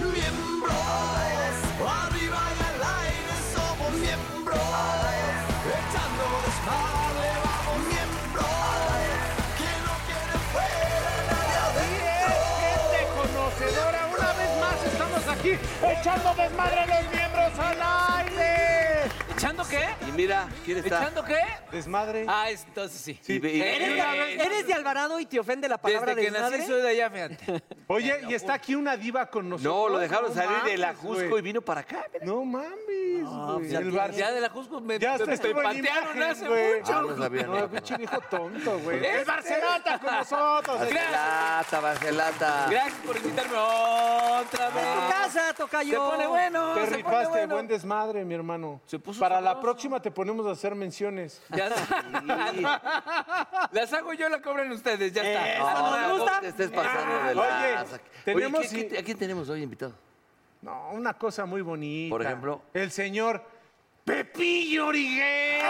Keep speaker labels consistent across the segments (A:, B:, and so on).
A: Miembros, arriba y al aire somos miembros, echando desmadre vamos miembros, que no quiere
B: Gente conocedora, una vez más estamos aquí echando desmadre a los miembros al aire.
C: ¿Echando qué?
D: Y mira, ¿quién está?
C: ¿Echando qué?
B: Desmadre.
C: Ah, es- entonces sí.
D: Y ve- y-
C: ¿Eres,
E: Eres de Alvarado y te ofende la palabra
C: Desde que
E: desmadre.
C: nací soy de allá, fíjate.
B: Oye, y está aquí una diva con nosotros.
D: No, lo dejaron
B: No
D: salir de la
B: mames,
D: Jusco
B: güey.
D: y vino para acá. mira.
B: No mames, güey.
C: Ya,
B: El bar-
C: ya de la Jusco me,
B: Ya este
C: me-
B: hasta
C: me
B: estuvo en
C: patearon
B: imagen,
C: hace
B: güey.
C: mucho.
D: Ah, no sabía, no
B: No,
D: sabía.
B: pinche viejo tonto, güey.
C: Este-
B: ¡El Barcelona está con nosotros!
D: Barcelata, Barcelata.
C: Gracias por invitarme otra vez.
E: En tu casa,
C: Se
E: tocayo.
C: pone bueno.
B: Te
C: se pone
B: rifaste,
C: bueno.
B: buen desmadre, mi hermano.
C: Se puso
B: Para la
C: sabroso.
B: próxima te ponemos a hacer menciones.
C: Ya Las hago yo, las cobran ustedes, ya está.
D: No,
C: Ahora,
D: no
E: nos gusta. Ah.
D: Te estés pasando de
B: Ah, Oye,
D: lanza.
B: tenemos
D: ¿qué-
B: i-
D: qué- ¿A quién tenemos hoy invitado?
B: No, una cosa muy bonita.
D: Por ejemplo.
B: El señor Pepillo Origuel.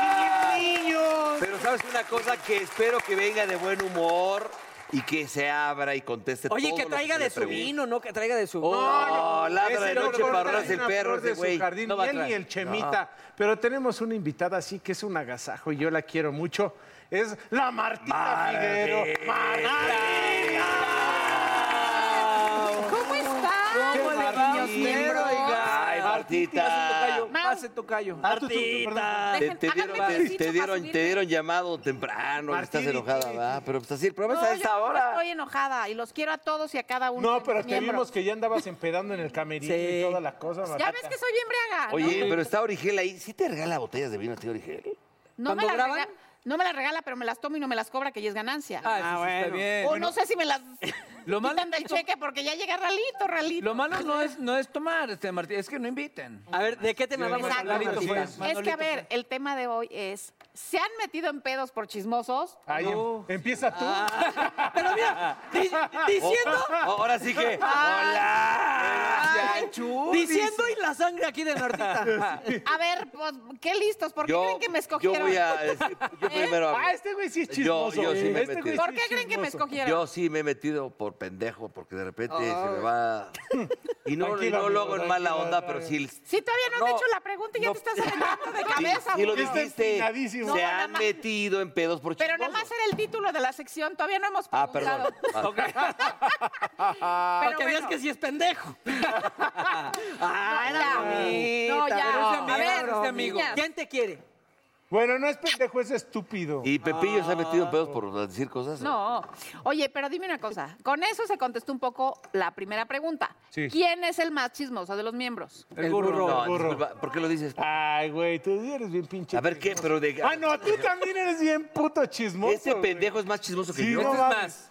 B: ¡Y diez niños!
D: Pero sabes una cosa que espero que venga de buen humor y que se abra y conteste
E: Oye,
D: todo
E: que
D: lo
E: traiga
D: se le
E: de su
D: pregunte.
E: vino, ¿no? Que traiga de su
D: Oh. No, ladra
B: Ese
D: de
B: no
D: noche
B: corta
D: para es el
B: una
D: perro
B: flor
D: ese
B: de su
D: güey.
B: jardín,
C: No va
B: ni
C: a
B: él
C: traer.
B: ni el Chemita. Pero tenemos una invitada así que es un agasajo y yo la quiero mucho. Es la Martina Figuero.
F: ¿Cómo están?
C: ¿Cómo le va,
F: niños miembros?
C: oiga?
D: Ay, Martita.
C: Pase tocayo, Pase tocayo.
B: Martita.
D: Te, te
F: Háganme
D: dieron,
F: el
D: te,
F: bicho para
D: te dieron, te
F: subirme.
D: dieron llamado temprano y estás
B: Martini,
D: enojada,
B: sí.
D: ¿verdad? Pero pues así, el programa
F: No,
D: es a
F: yo
D: esta
F: no
D: hora.
F: Estoy enojada y los quiero a todos y a cada uno.
B: No,
F: de
B: pero
F: mis
B: te vimos
F: miembros.
B: que ya andabas empedando en el camerino y toda la cosa, Martita.
F: Ya ves que soy embriaga. ¿no?
D: Oye, pero está Origel ahí. ¿Sí te regala botellas de vino, tío Origel?
F: no, me
E: ¿cuando
F: las
E: graban?
F: regala, no me las regala, pero me las tomo y no me las cobra, que ya es ganancia.
C: Ah, eso sí
E: bueno.
C: está bien.
F: o no sé si me las
C: Lo malo
F: quitan
C: es
F: del
C: que-
F: cheque porque ya llega ralito, ralito.
C: Lo malo no es, no es tomar, este, Martín, es que no inviten.
E: A ver, ¿de qué tema vamos a
F: Exacto.
E: hablar?
C: Manolito fue,
F: es que,
C: Manolito
F: a
B: pues.
F: ver, el tema de hoy es, ¿se han metido en pedos por chismosos?
B: Ahí em- empieza tú.
E: Ah. Pero mira, di- diciendo,
D: Oh, ahora sí que. ¡Hola!
C: Ay, Chu,
E: diciendo y la sangre aquí de Martita.
F: A ver, pues, qué listos, ¿por qué creen que me escogieron? ¿Eh?
D: Yo voy a. decir- Yo primero.
B: Ah, este güey sí es
D: Yo-
B: chismoso.
D: yo sí me
B: Este
D: metí.
B: güey
F: ¿Por
B: sí
F: qué
B: es
F: creen que me
B: chismoso.
F: escogieron?
D: Yo sí me he metido por pendejo porque de repente se me va. Y no, y
B: Tranquilo,
D: no lo hago
B: amigo,
D: en mala
B: tranquilo,
D: onda,
B: tranquilo.
D: pero sí.
F: Si todavía no, has
D: No,
F: hecho la pregunta y ya
D: no.
F: te estás aventando de cabeza.
D: sí lo
F: burro.
B: Está
D: dijiste.
B: empinadísimo.
D: Se
F: No, nada
D: han
F: más-
D: metido en pedos por
F: Pero nada
D: chismosos.
F: más era el título de la sección, todavía no hemos
D: Ah,
F: preguntado.
D: perdón. Ah,
F: Pero
E: Ah. que veas
F: bueno,
E: que sí es pendejo. ah,
F: ya. No, ya.
E: pero
F: A
E: es de amigo,
F: ver,
E: es de este amigo.
F: niñas.
E: ¿Quién te quiere?
B: Bueno, no es pendejo, es estúpido.
D: ¿Y Pepillo
E: Ah.
D: se ha metido en pedos por decir cosas?
F: No. Oye, pero dime una cosa. Con eso se contestó un poco la primera pregunta.
B: Sí.
F: ¿Quién es el más chismoso de los miembros?
C: El burro.
D: No,
B: burro.
D: disculpa, ¿por qué lo dices?
B: Ay, güey, tú eres bien pinche.
D: A ver qué, pero de.
B: Ah, no, tú también eres bien puto chismoso.
D: Este
B: güey.
D: pendejo es más chismoso que
B: Sí,
D: yo.
B: no
E: este
C: es
B: mames.
C: más.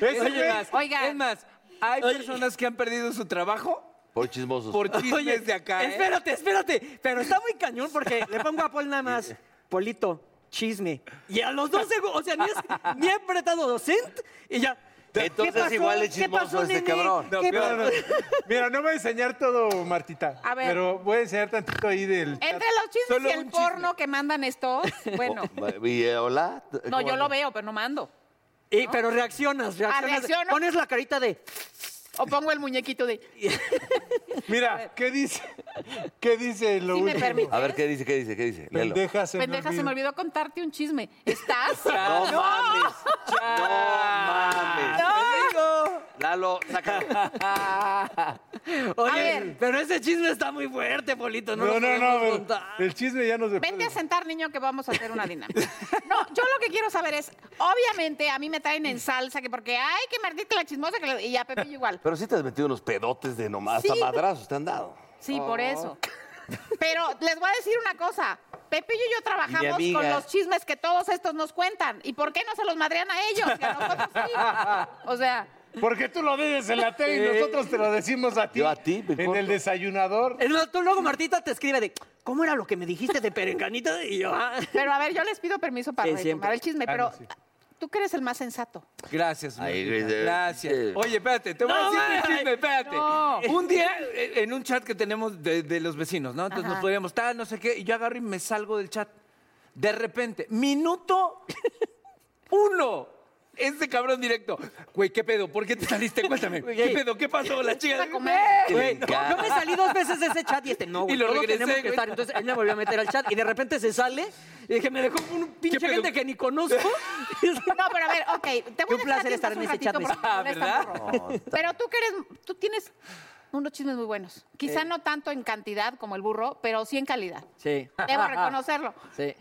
B: Ese
C: Oye,
B: güey-
C: más.
F: Oigan.
C: Es más, hay personas que han perdido su trabajo
D: Por chismosos.
C: por chismes de acá. ¿eh?
E: espérate, espérate. Pero está muy cañón porque le pongo a Paul nada más. Polito, chisme. Y a los dos segundos, o sea, ni, es- ni he apretado docent y ya. ¿qué
D: Entonces
E: pasó?
D: igual es
E: ¿Qué
D: chismoso
E: pasó,
D: este
E: nene?
D: cabrón.
C: No,
E: ¿Qué
C: peor,
E: pasó?
C: no.
B: Mira, no voy a enseñar todo, Martita.
F: A ver.
B: Pero voy a enseñar tantito ahí del.
E: Eh,
B: chat.
F: Entre los chismes
C: Solo
F: y el
C: un chisme.
F: porno que mandan estos, bueno.
D: Oh, ¿Y eh, hola?
F: No,
D: ¿Cómo
F: yo
D: andas?
F: lo veo, pero no mando. Ah,
E: Y- pero reaccionas, reaccionas.
F: reacciono.
E: Pones la carita de.
F: O pongo el muñequito de.
B: Mira, ¿qué dice? ¿Qué dice lo
F: Sí me
B: último?
F: permite.
D: A ver, ¿qué dice? ¿Qué dice? ¿Qué dice? Léelo.
B: Pendeja se
F: Pendeja,
B: me
F: se me
B: olvidó.
F: olvidó contarte un chisme. ¿Estás?
D: No mames. No mames.
C: ¡Amigo!
D: Lalo, sácalo.
E: Oye,
F: ver.
E: pero ese chisme está muy fuerte, Polito. No,
B: No,
E: lo
B: no,
E: podemos
B: no. El,
E: contar.
B: el chisme ya nos
F: Vente a sentar, niño, que vamos a hacer una dinámica. No, yo lo que quiero saber es, obviamente a mí me traen en salsa, que porque, ay, que Martita la chismosa, que la- y a Pepillo igual.
D: Pero sí te has metido unos pedotes de nomás.
F: Sí.
D: Hasta madrazos te han dado.
F: Sí,
B: Oh.
D: Oh.
F: por eso. Pero les voy a decir una cosa. Pepillo y yo trabajamos
D: amiga.
F: con los chismes que todos estos nos cuentan. ¿Y por qué no se los madrean a ellos? Y a nosotros sí. O sea,
B: Porque tú lo dices en la tele y nosotros te lo decimos a ti.
D: Yo a ti, me
B: En
D: corto.
B: el desayunador.
E: Es más, tú luego Martita te escribe de, ¿cómo era lo que me dijiste de perenganita? Y yo, ah.
F: pero a ver, yo les pido permiso para
E: Sí,
F: retomar
E: siempre.
F: el chisme,
B: Ah,
F: pero
B: no, sí.
F: tú que eres el más sensato.
C: Gracias,
D: Ay,
C: Martita,
D: güey, de-
C: Gracias.
D: eh.
C: Oye, espérate, te voy
E: No,
C: a decir
E: güey.
C: un chisme, espérate.
F: No.
C: Un día, eh, en un chat que tenemos de, de los vecinos, ¿no? Entonces
F: Ajá.
C: nos podíamos tal, no sé qué, y yo agarro y me salgo del chat. De repente, minuto uno. Este cabrón directo. Güey, ¿qué pedo? ¿Por qué te saliste? Cuéntame. ¿Qué
E: Güey.
C: pedo? ¿Qué pasó? La chica.
F: a comer.
C: Güey,
E: Güey, no, yo me salí dos veces de ese chat y este no, güey.
C: Y lo
E: todos
C: regresé,
E: tenemos que
C: güey.
E: estar. Entonces él me volvió a meter al chat y de repente se sale y dije, me dejó con un pinche
C: pedo?
E: gente que ni conozco.
F: No, pero a ver, ok, te voy a dejar
E: un placer
F: a ti
E: estar en
F: un
E: ese
F: ratito
E: chat,
F: porque
C: Luis.
F: me molesta
C: Ah,
F: un gorro. Pero tú que eres, tú tienes unos chismes muy buenos.
E: Eh.
F: Quizá no tanto en cantidad como el burro, pero sí en calidad.
E: Sí.
F: Debo reconocerlo.
E: Sí.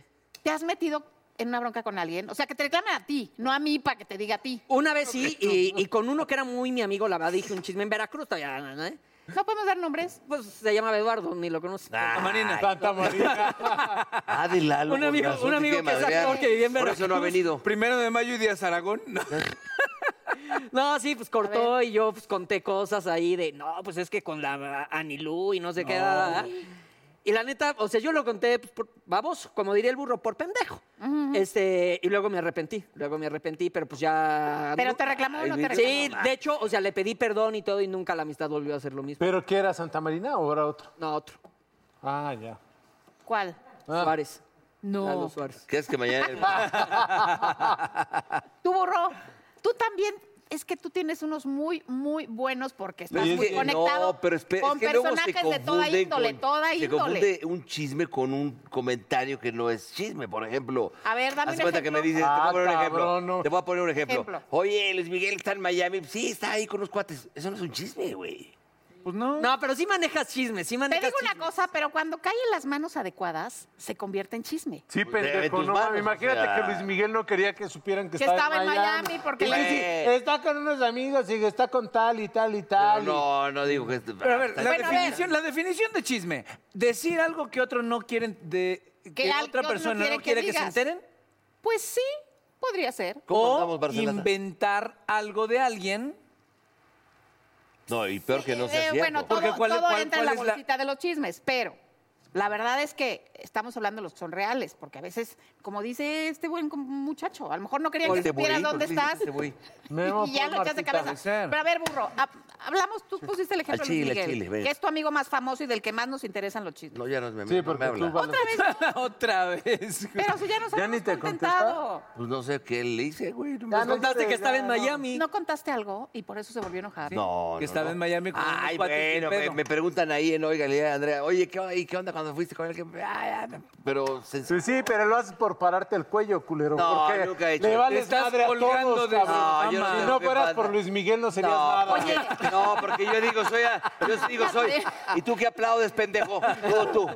F: ¿Te has metido en una bronca con alguien? O sea, que te reclamen a ti, no a mí para que te diga a ti.
E: Una vez Pues sí, y, y con uno que era muy mi amigo, la verdad, dije un chisme en Veracruz, todavía, ¿eh?
F: ¿No podemos dar nombres?
E: Pues se llamaba Eduardo, ni lo conoce.
D: Ah,
C: Marina.
B: Santa María.
D: Ah, de Lalo.
E: Un amigo-
D: Gordazón,
E: un
D: te
E: amigo
D: quiere
E: que es
D: madrear.
E: actor que vivía en
D: Por eso no ha
E: Veracruz.
D: venido.
C: Primero de mayo y Díaz Aragón. No.
E: No, sí, pues cortó y yo pues conté cosas ahí de, no, pues es que con la Anilú y no sé qué. da, da, da". Y la neta, o sea, yo lo conté, pues, por, vamos, como diría el burro, por pendejo. este, y luego me arrepentí, luego me arrepentí, pero pues ya...
F: ¿Pero
E: no-
F: te reclamó o no
D: Ay,
F: te
D: mi-
F: reclamó? Ah.
E: Sí, de hecho, o sea, le pedí perdón y todo y nunca la amistad volvió a hacer lo mismo.
B: ¿Pero qué era Santa Marina o era otro?
E: No, otro.
B: Ah, ya.
F: ¿Cuál?
B: Ah.
E: Suárez. Lalo
F: No.
E: Suárez.
D: ¿Crees que mañana?
F: Tú, burro, tú también... Es que tú tienes unos muy, muy buenos porque estás
D: Es
F: muy
D: que-
F: conectado
D: no, pero espera,
F: con
D: es que luego se
F: personajes de toda
D: confunden
F: índole,
D: con-
F: toda
D: Se
F: índole.
D: confunde un chisme con un comentario que no es chisme, por ejemplo.
F: A ver, dame
D: Haz
F: un
D: cuenta que me
F: ejemplo.
D: dices,
B: Ah,
D: te voy a poner un
B: cabrón,
D: ejemplo.
B: no.
D: Te voy a poner un ejemplo.
F: Ejemplo.
D: Oye, Luis Miguel está en Miami. Sí, está ahí con unos cuates. Eso no es un chisme, güey.
C: Pues no.
E: No, pero sí manejas chismes, sí
F: Te
E: manejas
F: digo una
E: chismes.
F: cosa, pero cuando cae en las manos adecuadas, se convierte en chisme.
B: Sí,
D: Pues, de- de
B: pendejo.
D: tus
B: No,
D: manos,
B: mames, imagínate
D: o sea.
B: que Luis Miguel no quería que supieran que,
F: Que
B: estaba,
F: estaba en Miami, porque
B: Y
F: le-
B: sí, está con unos amigos y que está con tal y tal y
D: Pero
B: tal. y-
D: no, no digo que... es-
C: Pero a ver, la,
D: Está-
F: Bueno, a ver.
C: definición, la definición de chisme. Decir algo que otro no quieren de que,
F: al- que
C: otra
F: otro no
C: persona no
F: quiere
C: quiere,
F: que
C: que, se
F: digas.
C: enteren.
F: Pues sí, podría ser.
D: ¿Cómo
C: o
D: andamos, Barcelona?
C: inventar algo de alguien.
D: No, y peor que no
F: Eh,
D: sea cierto.
F: bueno, todo,
C: Porque cuál-
F: todo
C: cuál-
F: entra
C: cuál
F: en
C: es
F: la
C: la-
F: bolsita de los chismes, pero la verdad es que estamos hablando de los que son reales, porque a veces, como dice este buen com- muchacho, a lo mejor no querían que
D: Este buey,
F: supieras dónde
D: este
F: estás.
D: buey.
B: Memo,
F: y ya
B: pon
F: lo echas de
B: Martita.
F: cabeza.
C: Puede ser.
F: Pero a ver, burro, ha- hablamos, tú pusiste el ejemplo de Luis
D: chile, al
F: Miguel,
D: chile, ven.
F: que es tu amigo más famoso y del que más nos interesan los chismes.
D: No, ya no es mi
B: Sí,
D: amigo, no me
B: porque tú
D: habla.
B: vale.
C: Otra vez. güey.
F: Pero si ya nos
B: ¿Ya
F: habíamos
B: ni te
F: contestado.
D: Pues no sé qué le hice, güey. No, me-
B: Ya
E: Nos contaste que
B: Ya
E: estaba en
B: no.
E: Miami.
F: No contaste algo y por eso se volvió a enojar.
D: no, no,
C: que estaba
D: no.
C: en Miami con unos
D: Ay,
C: cuates sin
D: bueno, me,
C: pedo.
D: me preguntan ahí en Oiga, Galilea, Andrea, oye, ¿qué, y ¿qué onda cuando fuiste con él? Que- ay, ay, Pero se-
B: Sí, Pues sí, pero lo haces por pararte el cuello, culero.
D: No,
B: porque
D: nunca he hecho
B: Le
D: eso.
B: vales
C: Estás
B: madre a
C: colgando
B: todos,
C: de-
B: cabrón.
D: No, yo no
B: si
D: sé
B: no
D: lo que
B: fueras
D: pasa.
B: por Luis Miguel no serías
D: No,
B: nada.
D: porque, no, porque yo digo, soy, a- yo sí digo, soy. ¿Y tú qué aplaudes, pendejo? Tú, tú.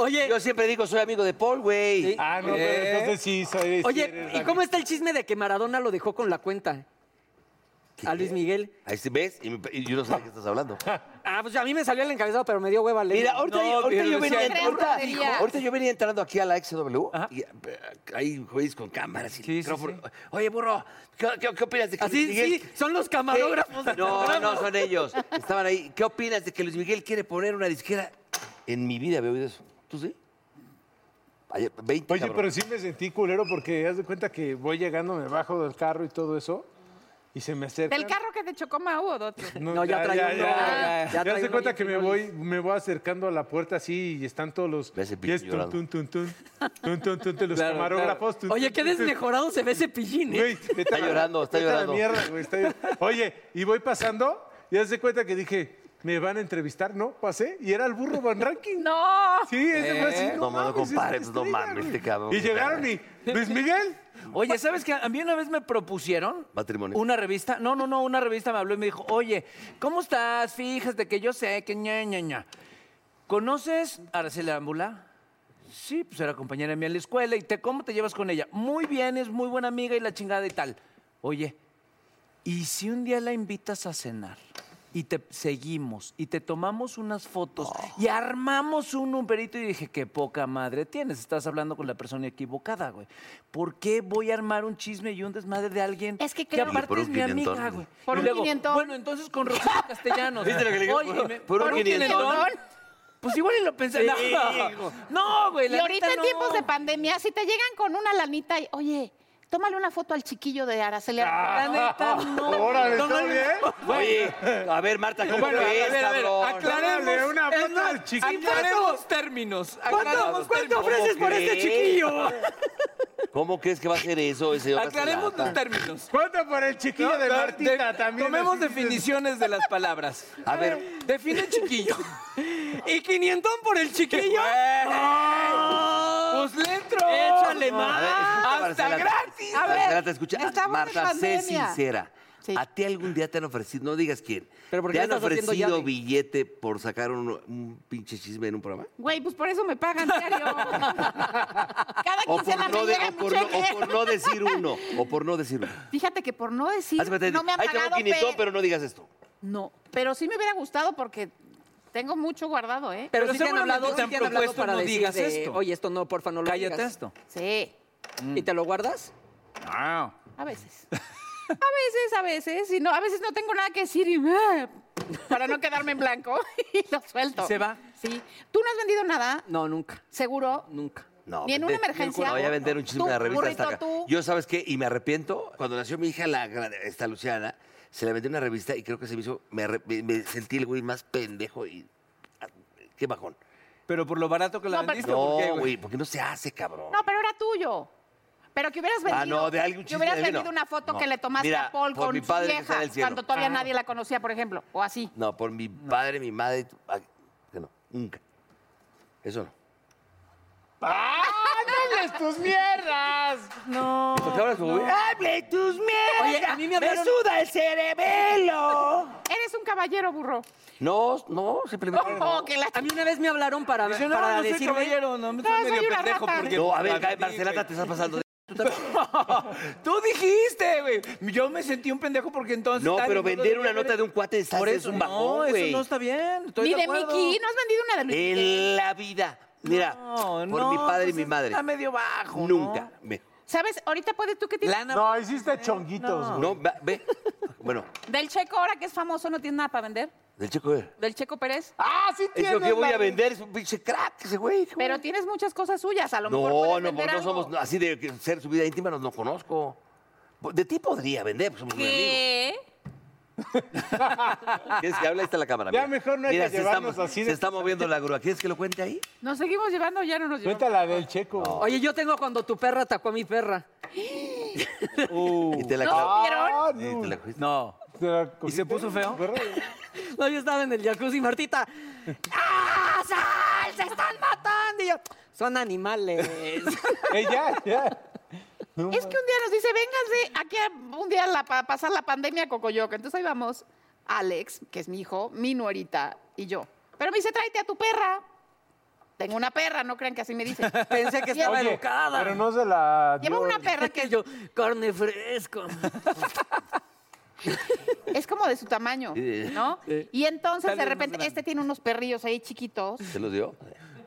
E: Oye,
D: Yo siempre digo, soy amigo de Paul, güey.
C: eh,
E: Sí.
B: Ah, no, pero entonces sí, soy- sí
E: ¿eh? Oye,
B: eres
E: ¿y cómo está el chisme de que Maradona lo dejó con la cuenta? A Luis Miguel.
D: Ahí sí ves, y, me- y yo no sé de qué estás hablando.
E: Ah, pues a mí me salió el encabezado, pero me dio hueva leer.
D: Mira, ahorita,
C: No,
D: yo- ahorita
C: pero
D: yo
C: sí
D: venía,
C: hay-
D: entrando-
F: Tres
D: ahorita-
F: groserías.
D: ahorita yo venía entrando aquí a la XW
C: Ajá.
D: y eh, hay güeyes con cámaras y
C: Sí, sí,
D: micrófono.
C: sí.
D: Oye, burro, ¿qué, qué- qué opinas de que
E: Así,
D: Luis Miguel...
E: ¿Ah, sí, son los camarógrafos. del
D: No,
E: programa.
D: no son ellos. Estaban ahí. ¿Qué opinas de que Luis Miguel quiere poner una disquera? En mi vida había oído eso. ¿Tú sí? Ayer, 20,
B: Oye,
D: cabrón.
B: pero sí me sentí culero porque haz de cuenta que voy llegando, me bajo del carro y todo eso, y se me acerca.
F: ¿Del carro que te chocó Mau o de otro?
E: No, ya traía
B: Ya,
E: uno,
B: ya,
E: ya, ya
B: ya
E: traía
B: se
E: uno
B: cuenta
E: bien
B: que me voy, me voy acercando a la puerta así y están todos los.
D: Ve ese
B: y es
D: piquillo dorado.
B: tun, tun, tun, tun, tun, tun, tun, tun, los
C: Claro,
B: camarógrafos. tun,
E: Oye,
B: tun,
E: qué
B: tun, tun.
E: desmejorado se ve ese pillín, ¿eh?
B: Güey, vete
D: Está
B: a la-
D: llorando, está
B: vete a la
D: llorando.
B: mierda, güey, está llor- Oye, y voy pasando y haz de cuenta que dije, me van a entrevistar, no, pasé y era el burro Van Ranking.
F: No.
B: Sí, ese fue así.
D: Eh, No, no,
B: mames, es
D: compadre,
B: una
D: pues, no
B: estrella,
D: mames,
B: güey".
D: este cabrón.
B: Y llegaron y, Luis Miguel,
C: Oye, ¿sabes qué? A mí una vez me propusieron
D: Matrimonio.
C: una revista. No, no, no, una revista me habló y me dijo, oye, ¿cómo estás? Fíjate que yo sé que ña, ña, ña. ¿Conoces a Araceli Arámbula? Sí, pues era compañera mía en la escuela. ¿Y te, cómo te llevas con ella? Muy bien, es muy buena amiga y la chingada y tal. Oye, ¿y si un día la invitas a cenar? Y te seguimos, y te tomamos unas fotos,
D: Oh.
C: y armamos un numerito. Y dije, qué poca madre tienes, estás hablando con la persona equivocada, güey. ¿Por qué voy a armar un chisme y un desmadre de alguien
F: Es que
C: que
F: creo-
C: aparte
D: Por un
C: es mi
D: quinientón.
C: amiga, güey?
F: Por
C: Y
F: un
C: luego,
F: quinientón.
C: Bueno, entonces con Rocío Castellanos.
D: ¿Viste lo que le dije?
C: Oye,
D: Por-
C: me-
D: por un
F: quinientón.
C: Pues igual y lo pensé. No, No, güey.
F: Y
C: la
F: ahorita
C: neta
F: en tiempos
C: no.
F: de pandemia, si te llegan con una lanita, y, oye, tómale una foto al chiquillo de Araceli.
C: La neta, no.
B: órale,
C: No, no,
B: ¿todo
C: no.
B: bien?
D: Oye, a ver, Marta, ¿cómo
C: Bueno, a
D: crees,
C: ver, a ver,
D: cabrón?
B: Dale
C: aclaremos.
B: una
C: Es
B: foto
C: más,
B: al chiquillo.
C: Aclaremos términos.
E: ¿Cuánto,
C: aclaremos
E: cuánto
C: términos.
E: ofreces por este
D: crees?
E: chiquillo?
D: ¿Cómo crees que va a hacer eso, ese señor
C: Aclaremos los
D: Castellanos?
C: términos.
B: ¿cuánto por el chiquillo
C: No,
B: de
C: no,
B: Martita
C: de-
B: también?
C: Tomemos
B: así dices,
C: definiciones de las palabras.
D: A ver,
C: Define chiquillo.
E: ¿Y quinientón por el chiquillo?
C: Pues le entro.
E: Échale
D: a
E: más.
D: ver, escucha, Marcela.
C: gratis.
F: A ver,
D: Marcela, te escucha.
F: estamos en
D: Marta, sé
F: pandemia.
D: sincera.
F: Sí.
D: A ti algún día te han ofrecido, no digas quién,
E: Pero ¿por qué
D: ¿te
E: le
D: han
E: estás haciendo
D: ofrecido
E: llave?
D: billete por sacar un, un pinche chisme en un programa?
F: Güey, pues por eso me pagan diario. Cada
D: O por,
F: quincena me
D: no de-
F: llega
D: o
F: mi
D: por no-
F: cheque.
D: o por no decir uno, o por no decir uno.
F: Fíjate que por no decir,
D: Haz de cuenta,
F: no me han
D: "Ay, te hago
F: pagado,
D: un quinientón,
F: pe-
D: pero no digas esto.
F: No, pero sí me hubiera gustado porque tengo mucho guardado, ¿eh?
E: Pero,
C: Pero
E: sí te han
C: seguramente
E: hablado,
C: te
E: sí
C: han
E: te han hablado
C: propuesto,
E: para
C: no
E: decir
C: digas
E: de,
C: esto.
E: Oye, esto Mm. no, porfa, no lo
C: Cállate
E: digas.
C: esto.
F: Sí,
E: ¿Y te lo guardas?
C: Ah.
F: a veces. A veces, a veces. Y no, a veces no tengo nada que decir y ah, para no quedarme en blanco y lo suelto.
C: ¿Se va?
F: Sí. ¿Tú no has vendido nada?
E: No, nunca,
F: ¿Seguro?
E: nunca.
D: No,
F: Ni en
D: vende-
F: una emergencia.
D: No voy a vender un chisme
F: Tú,
D: de la revista
F: burrito,
D: hasta acá.
F: tú.
D: Yo, ¿sabes qué? Y me arrepiento. Cuando nació mi hija, la, gra- esta Luciana, se la vendí una revista y creo que se me hizo... Me, arre- me- me sentí el güey más pendejo y... ah, Qué bajón.
C: Pero por lo barato que la
F: No, pero-
C: vendiste, ¿o
D: No,
C: por qué,
D: güey, porque no se hace, cabrón.
F: No, pero era tuyo. Pero que hubieras vendido.
D: Ah, no, de algún
F: Que
D: chisme
F: hubieras
D: de vino.
F: vendido una foto
D: No.
F: que le tomaste
D: Mira,
F: a Paul
D: por
F: con
D: mi
F: su
D: padre que
F: vieja
D: está en el cielo. Ah.
F: cuando
C: Ah.
F: todavía nadie la conocía, por ejemplo. O así.
D: No, por mi padre, mi madre, y tu- ah, que no, nunca. Eso no.
B: ¡Ándales tus mierdas!
D: Porque ahora es como, ¡hable tus mierdas!
E: Oye, a mí me hablaron-
D: suda el cerebelo!
F: Eres un caballero, burro.
D: No, no, simplemente.
F: Oh, que la-
E: A mí una vez me hablaron para,
C: Dice, no,
E: para
C: no soy
E: decirme...
C: caballero, no, me
F: No,
C: soy
F: Ah, soy
C: medio
F: una
C: pendejo.
F: rata.
C: Porque
D: No, a ver,
C: la
D: cae,
C: vendí,
D: Marcelata,
C: güey.
D: te estás pasando. de-
C: Tú dijiste, güey. Yo me sentí un pendejo porque entonces.
D: No,
C: nadie
D: pero
C: me lo
D: vender una
C: debía
D: nota
C: haber-
D: de un cuate de salsa
C: Por
D: es
C: eso
D: un
C: no,
D: bajón,
C: eso
D: güey.
C: no está bien. Estoy
F: Ni
C: de
F: de
C: acuerdo.
F: Mickey. ¿No has vendido una de Luis Miguel?
D: En la vida. Mira,
C: No,
D: por
C: no,
D: mi padre y
C: pues
D: mi madre.
C: Está medio bajo. ¿no?
D: Nunca. Ve.
F: ¿Sabes? Ahorita puedes tú que tienes...
C: Lana. ¿eh?
B: No, hiciste chonguitos, güey.
D: No, va- ve. Bueno,
F: Del Checo, ahora que es famoso, no tiene nada para vender.
D: del chico. eh,
F: Del Checo Pérez.
B: ¡Ah, sí tienes!
D: Eso que voy a
B: Martín.
D: vender es un pinche crack ese güey. hijo.
F: Pero tienes muchas cosas suyas. A lo mejor
D: No,
F: puedes
D: no,
F: vender
D: pues no
F: algo.
D: somos así de que ser su vida íntima, no, no conozco. De ti podría vender, pues somos muy amigos.
F: ¿Qué?
D: ¿Quieres que hable? Ahí está la cámara.
B: Ya
D: mira.
B: mejor no hay
D: Mira,
B: que
D: se
B: llevarnos
D: está,
B: así de-
D: Se está moviendo la grúa. ¿Quieres que lo cuente ahí?
F: ¿Nos seguimos llevando o ya no nos llevamos?
B: Cuéntala del checo.
E: Oye, yo tengo cuando tu perra atacó a mi perra.
D: Y te la
F: ¿No vieron?
B: Ah,
D: y
B: no.
D: te la cogiste.
C: Uh. No.
B: Te la
C: ¿Y se
B: cogiste,
C: puso feo?
B: perro.
E: No, yo estaba en el jacuzzi, Martita. ¡Ah, sal! ¡Se están matando! Y yo, son animales.
B: Ella, ya.
F: Es que un día nos dice, vénganse aquí a- un día la, pa- pasar la pandemia a Cocoyoca. Entonces ahí vamos, Alex, que es mi hijo, mi nuerita y yo. Pero me dice, tráete a tu perra. Tengo una perra, no crean que así me dice.
E: Pensé que estaba
F: Oye,
E: educada.
B: Pero no se la dio.
F: Llevo una perra que
E: que yo, carne fresco.
F: es como de su tamaño,
D: Sí.
F: ¿no? Y entonces
C: Tal
F: de
C: vez más
F: repente,
C: grande.
F: este tiene unos perrillos ahí chiquitos.
D: ¿Se los dio?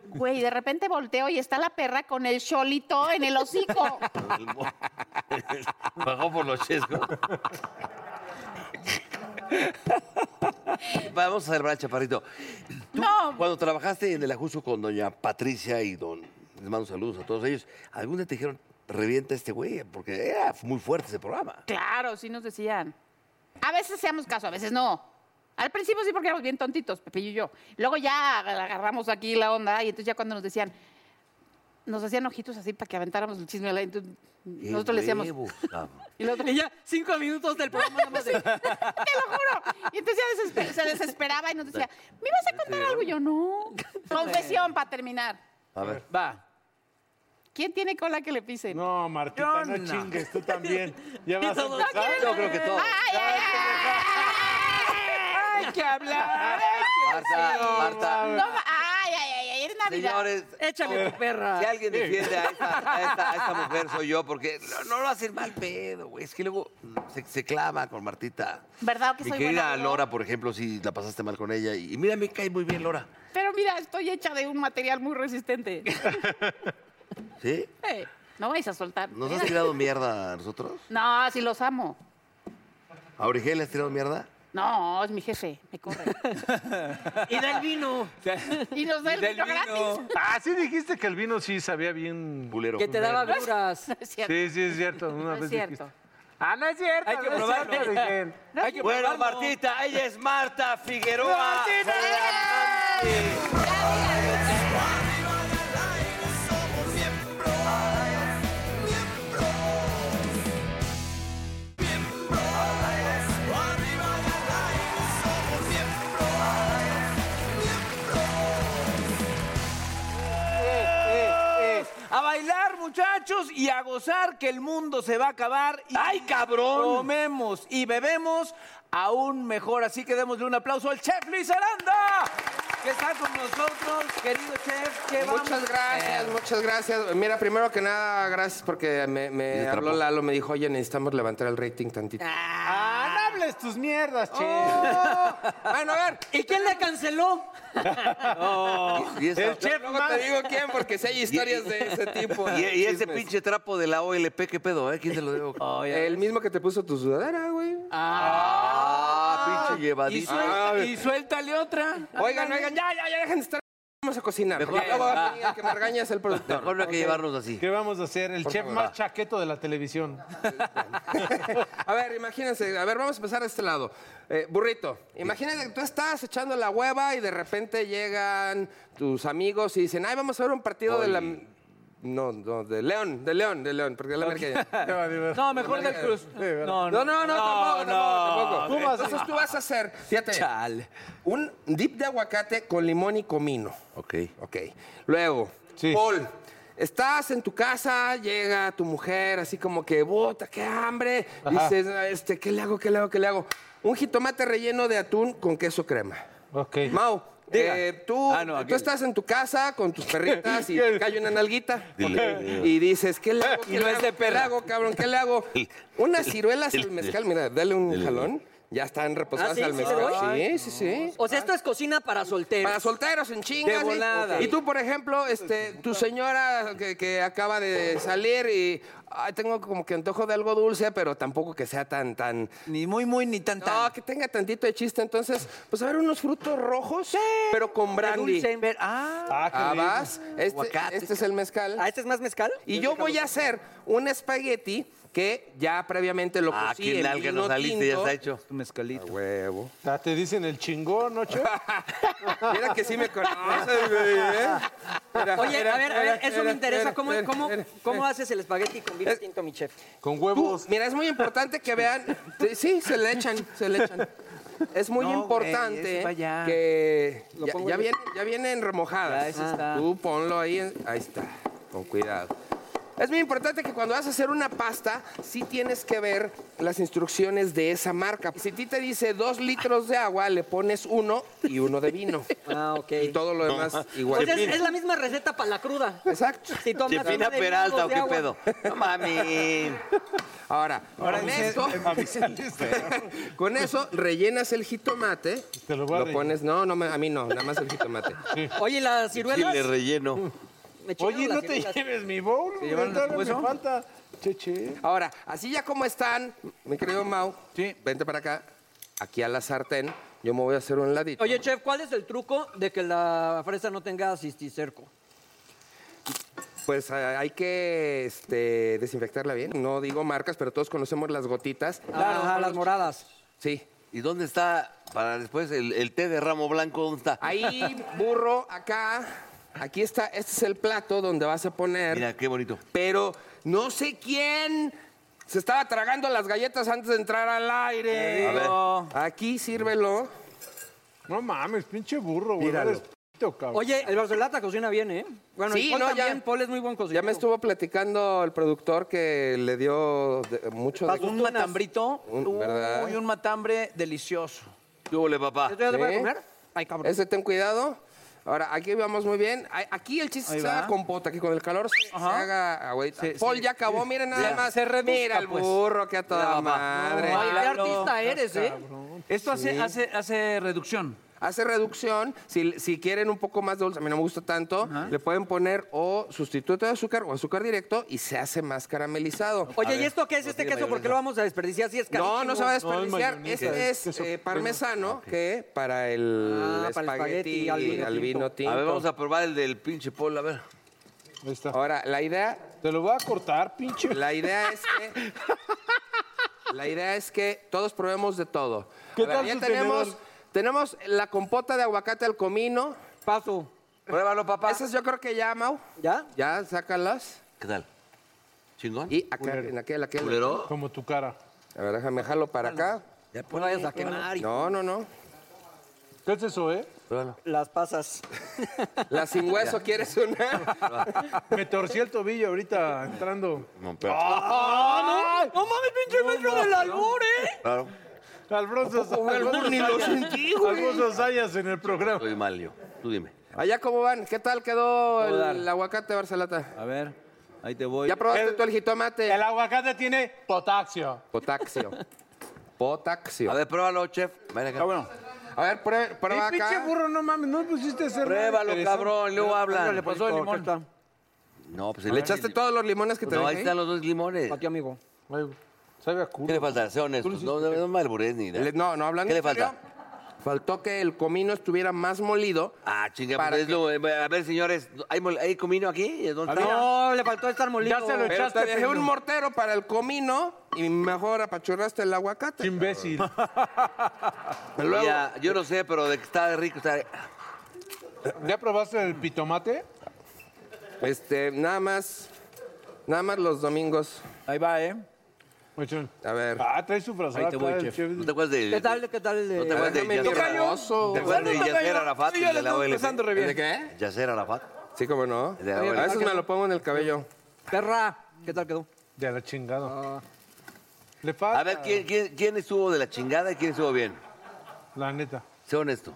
F: Güey, de repente volteo y está la perra con el cholito en el hocico.
D: Bajó por los chescos. Vamos a celebrar, chaparrito. Tú,
F: No.
D: Cuando trabajaste en el ajuso con doña Patricia y don... Les mando saludos a todos ellos. ¿Algún día te dijeron, revienta este güey? Porque era muy fuerte ese programa.
F: Claro, sí nos decían. A veces hacíamos caso, a veces no. Al principio sí porque éramos bien tontitos, Pepillo y yo. Luego ya agarramos aquí la onda y entonces ya cuando nos decían, nos hacían ojitos así para que aventáramos el chisme al aire. Entonces, nosotros le decíamos,
D: huevos, cabrón.
F: y el otro,
E: Y ya, cinco minutos del programa nada más
F: te
E: de-
F: lo juro. Y entonces ya desesper- se desesperaba y nos decía, ¿me ibas a contar algo? Y yo, no. Confesión para terminar.
D: A ver.
C: Va.
F: ¿Quién tiene cola que le pisen?
B: No, Martita,
C: Yo
B: no,
C: no.
B: chingues, tú también. Ya vas a
E: todos-
B: empezar.
D: Yo creo que todo.
F: Ay, ay, ay.
C: Hay que hablar.
D: Marta, Marta.
F: No, ma- ay, ay, ay, ay, es Navidad.
D: Señores,
E: Échale tu perra.
D: si alguien defiende a esta, a esta- a esta mujer soy yo, porque no, no lo hacen mal pedo, güey. Es que luego se, se clama con Martita.
F: ¿Verdad que
D: Mi
F: soy
D: querida
F: buena, no?
D: Lora, por ejemplo, si la pasaste mal con ella. Y, y mira, me cae muy bien Lora.
F: Pero mira, estoy hecha de un material muy resistente.
D: ¿Sí?
F: Eh, no vais a soltar.
D: ¿Nos has tirado mierda a nosotros?
F: No, si los amo.
D: ¿A Origel le has tirado mierda?
F: No, es mi jefe, me corre.
E: Y da el vino.
F: Y nos da el
C: Del
F: vino
C: vino.
F: gratis.
B: Ah, sí dijiste que el vino sí sabía bien.
D: Pulero.
E: Que te daba duras.
F: No es cierto.
B: Sí, sí, es cierto. Una
F: es
B: vez
F: cierto.
B: dijiste. Ah, no es cierto.
C: Hay que
B: no es cierto,
C: probarlo.
B: Origel.
C: Hay que
D: Bueno,
C: probarlo.
D: Martita, ella es Marta Figueroa.
C: eh, A bailar, muchachos, y a gozar que el mundo se va a acabar. Y ¡Ay, cabrón! Comemos y bebemos aún mejor. Así que démosle un aplauso al chef Luis Aranda, que está con nosotros, querido chef. ¿qué vamos a
G: Muchas
C: hacer?
G: gracias, muchas gracias. Mira, primero que nada, gracias porque me, me
D: Y se
G: habló
D: atrapó.
G: Lalo, me dijo, oye, necesitamos levantar el rating tantito.
B: Ah, no hables tus mierdas, che.
G: Bueno, a ver.
E: ¿Y quién la canceló?
D: Y esa-
B: El chef
G: Luego
B: más.
G: te digo quién, porque si hay historias de ese tipo.
D: Y, y ese
G: Chismes.
D: pinche trapo de la OLP, ¿qué pedo, eh? ¿Quién te lo debo?
G: El mismo que te puso tu sudadera, güey.
D: Ah, pinche
C: Y,
D: llevadito.
C: suelta-
G: Ah.
C: y suéltale otra.
G: Oigan, oigan, ya, ya, ya, dejen de estar. Vamos a cocinar.
D: Mejor-
G: porque luego aquí el que me regaña es el productor.
D: Mejor no hay que llevarnos así.
B: ¿Qué vamos a hacer? El chef más chaqueto de la televisión.
G: A ver, imagínense, a ver, vamos a empezar de este lado. Eh, burrito, imagínate que tú estás echando la hueva y de repente llegan tus amigos y dicen, ay, vamos a ver un partido de la... No, no, de León, de León, de León, porque la América...
C: No, mejor del Cruz. No,
G: No, no, no, tampoco, tampoco, tampoco.
B: ¿Cómo así?
G: Entonces tú vas a hacer, fíjate, un dip de aguacate con limón y comino.
D: Ok.
G: Ok. Luego,
B: Sí.
G: Paul, estás en tu casa, llega tu mujer así como que, bota, qué hambre. Dices, "Ah, este, ¿qué le hago, qué le hago, qué le hago? Un jitomate relleno de atún con queso crema.
B: Ok.
G: Mau, eh, tú,
C: Ah, no,
G: tú
C: aquí.
G: estás en tu casa con tus perritas y te cae una nalguita. Y dices, ¿qué le hago? ¿Qué,
C: Y no
G: le,
C: es
G: hago?
C: de
G: ¿Qué
C: perra.
G: le hago, cabrón? ¿Qué le hago? Unas ciruelas al mezcal. Mira, dale un jalón. Ya están reposadas
E: ¿Ah, sí?
G: Pues al
E: ¿Sí le
G: mezcal.
E: doy?
G: Sí, sí, sí.
E: O sea, esto es cocina para solteros.
G: Para solteros en chingas.
E: De
G: y-
E: volada.
G: Y, tú, por ejemplo, este, tu señora que, que acaba de salir y ay, tengo como que antojo de algo dulce, pero tampoco que sea tan, tan.
C: Ni muy, muy, ni tan, tan.
G: No, que tenga tantito de chiste. Entonces, pues a ver, unos frutos rojos, pero con brandy.
E: Dulce en ver- Ah.
B: Ah, qué
G: Ah,
B: rico.
G: vas. Este,
D: Aguacate.
G: este es el mezcal.
E: Ah, ¿este es más mezcal?
G: Y yo voy a hacer un espagueti que ya previamente lo
D: Ah,
G: cocí
D: qué
G: en
D: nalga
G: vino
D: nos saliste, ya
G: tinto.
D: está hecho.
C: Tu mezcalito.
G: Huevo.
B: Ah, te dicen el chingón, ¿no, chef?
G: Mira que sí me conoces, güey. ¿eh? Mira,
E: Oye,
G: mira,
E: a ver, a ver,
G: mira,
E: eso me
G: mira,
E: interesa.
G: mira,
E: ¿Cómo,
G: mira,
E: cómo,
G: mira.
E: cómo haces el espagueti con vino
G: Es-
E: tinto, mi chef?
B: Con
G: Tú,
B: huevos.
G: mira, es muy importante que vean. Sí, Sí, se le echan, se le echan. Es muy
C: No, güey, ese
G: importante
C: pa' allá.
G: que ya,
E: pongo
G: ya
E: yo.
G: vienen, ya vienen remojadas.
C: Ya, ese está.
G: Tú ponlo ahí, en- ahí está, con cuidado. Es muy importante que cuando vas a hacer una pasta, sí tienes que ver las instrucciones de esa marca. Si a ti te dice dos litros de agua, le pones uno y uno de vino.
E: Ah, ok.
G: Y todo lo demás igual.
E: O sea, es, es la misma receta para la cruda.
G: Exacto.
E: Si tomas
D: Chepina
E: una de
D: Peralta,
E: hielos
D: ¿o
E: de
D: qué
E: agua.
D: pedo? No mami.
G: Ahora, con esto, con eso rellenas el jitomate.
B: Te lo voy a rellenar.
G: pones, no, no, me- a mí no, nada más el jitomate.
E: Oye, las ciruelas.
D: Chile relleno.
E: Me chingaron
B: Oye,
E: las
B: no te
E: ciruelas.
B: lleves mi bowl. güey,
C: llevaron
B: todavía
C: los huesos?
B: me falta. Che, che.
G: Ahora, así ya como están, mi querido Mau,
C: Sí.
G: vente para acá, aquí a la sartén, yo me voy a hacer un ladito.
E: Oye, chef, ¿cuál es el truco de que la fresa no tenga cisticerco?
G: Pues ah, hay que este, desinfectarla bien. No digo marcas, pero todos conocemos las gotitas.
E: Claro, las moradas.
G: Sí.
D: ¿Y dónde está para después el, el té de ramo blanco? ¿Dónde está?
G: Ahí, burro, acá. Aquí está, este es el plato donde vas a poner.
D: Mira, qué bonito.
G: Pero no sé quién se estaba tragando las galletas antes de entrar al aire.
D: A ver.
G: Aquí sírvelo.
B: No mames, pinche burro, güey.
D: Míralo.
B: eres pito, cabrón.
E: Oye, Pues el Barcelata cocina bien, ¿eh? Bueno,
G: Sí,
E: y Paul
G: no, ya-
E: también, Paul es muy buen cocinero.
G: Ya me estuvo platicando el productor que le dio de- mucho de...
C: Un matambrito.
G: Un- ¿verdad?
C: Uy, un matambre delicioso.
D: ¿Qué hubo, papá?
E: ¿Esto ya se
B: ¿Eh?
E: puede
G: Sí.
E: comer? Ay, cabrón.
G: Ese ten cuidado. Ahora, aquí vamos muy bien. Ay, Aquí el chiste
C: Ahí
G: es que se
C: va.
G: haga compota, que con el calor se, se
C: Ajá.
G: haga agüita.
C: Sí,
G: Paul
C: sí.
G: ya acabó, miren nada
C: Ya,
G: más.
C: se reduzca,
G: Mira el
C: pues.
G: burro que a toda
C: No, papá.
G: madre.
C: No,
E: Ay, qué
C: Claro.
E: artista eres, ¿eh?
C: Esto hace, hace, hace reducción.
G: Hace reducción. Si, si quieren un poco más dulce, a mí no me gusta tanto, le pueden poner o sustituto de azúcar o azúcar directo y se hace más caramelizado.
E: Oye, ¿y esto qué es este queso? ¿Por qué lo vamos a desperdiciar si es carísimo?
G: No, no se va a desperdiciar.
B: mayonesa,
G: este
B: es
G: es
B: queso
G: eh, parmesano, que para el
E: Ah, para el
G: espagueti,
E: espagueti, al vino
G: al vino tinto.
D: A ver, vamos a probar el del pinche Paul, a ver.
B: Ahí está.
G: Ahora, la idea
B: Te lo voy a cortar, pinche.
G: La idea es que. la idea es que todos probemos de todo.
B: ¿Qué
G: A ver,
B: tal
G: ya
B: su
G: tenemos,
B: tenedor?
G: tenemos la compota de aguacate al comino.
E: Paso.
D: Pruébalo, papá.
G: Esas yo creo que ya, Mau.
E: ¿Ya?
G: Ya, sácalas.
D: ¿Qué tal? ¿Chingón?
G: Y acá, en aquel, aquel.
D: ¿Culero?
B: Como tu cara.
G: A ver, déjame jalo para acá.
D: Ya,
E: No
D: pruébalo.
E: vayas a quemar y
G: No, no, no.
B: ¿Qué es eso, eh?
D: pruébalo.
E: las pasas.
G: La sin hueso, ¿quieres una?
B: Me torcí el tobillo ahorita entrando.
D: No, pero-
E: ¡Ah, no! ¡No mames, pinche metro del albur, eh!
D: Claro.
B: Al bronzo
G: Ni lo sentí,
B: Al Bronzo Sayas en el programa.
D: Estoy mal yo. Tú dime.
G: Allá, ¿cómo van? ¿Qué tal quedó
C: Todo dar.
G: el, aguacate Barcelata?
C: A ver, ahí te voy.
G: ¿Ya probaste
B: El-
G: tú el jitomate?
B: El aguacate tiene potasio.
G: Potaxio. Potaxio.
D: A ver, pruébalo, chef. Ven acá.
C: Está bueno.
G: A ver, prue- prueba
B: Eh, pinche
G: acá.
B: burro, no mames, no pusiste hacer nada
D: Pruébalo,
B: interesante.
D: cabrón. Luego hablan.
C: Le
B: pues,
C: pasó el limón.
D: No,
B: Ah,
D: pues
G: ¿Le echaste todos los limones que te
D: No, ahí
G: dejé?
D: están los dos limones.
E: Aquí, amigo.
B: Ay, sabe a culo.
D: ¿Qué le falta? Sé honesto. No, no, no me albures ni nada.
G: Le- no, no, hablando
D: ¿Qué le
G: en serio,
D: falta?
G: Faltó que el comino estuviera más molido.
D: Ah, chinga,
G: Para
D: pues es
G: que-
D: lo- A ver, señores, ¿hay, mol- hay comino aquí? ¿Dónde está?
E: No, le faltó estar molido.
B: Ya se lo-
G: Pero
B: echaste,
G: te dejé un
B: pendejo.
G: mortero para el comino y mejor apachurraste el aguacate.
B: Imbécil.
G: Luego-
D: Ya, yo no sé, pero de que está rico, está...
B: ¿Ya probaste el pitomate?
G: Este, nada más, nada más los domingos.
C: Ahí va, ¿eh?
B: Machón.
G: A ver.
B: Ah, trae su frazada.
C: Ahí te voy,
B: acá, el
C: chef.
D: ¿No te acuerdas de...?
E: ¿Qué tal, qué tal?
D: ¿No te
E: eh?
D: acuerdas de
G: Déjame
D: Yasser
G: mi
D: Arafat?
G: hermoso.
D: ¿Te acuerdas de
C: Bueno,
D: Yasser
C: tocayo,
D: Arafat,
C: yo
D: el
C: ya
D: de
C: le
D: la
C: estoy
D: OLP?
C: pasando re bien.
G: ¿De qué?
D: Yasser Arafat.
G: Sí, cómo no.
D: De la
G: A
D: abuela.
B: Ah,
G: veces me lo pongo en el cabello.
E: Perra, ¿qué tal quedó? Ah.
B: De la chingada. Le falta.
D: A ver, ¿quién, quién, quién estuvo de la chingada y quién estuvo bien?
B: La neta.
D: Sé honesto.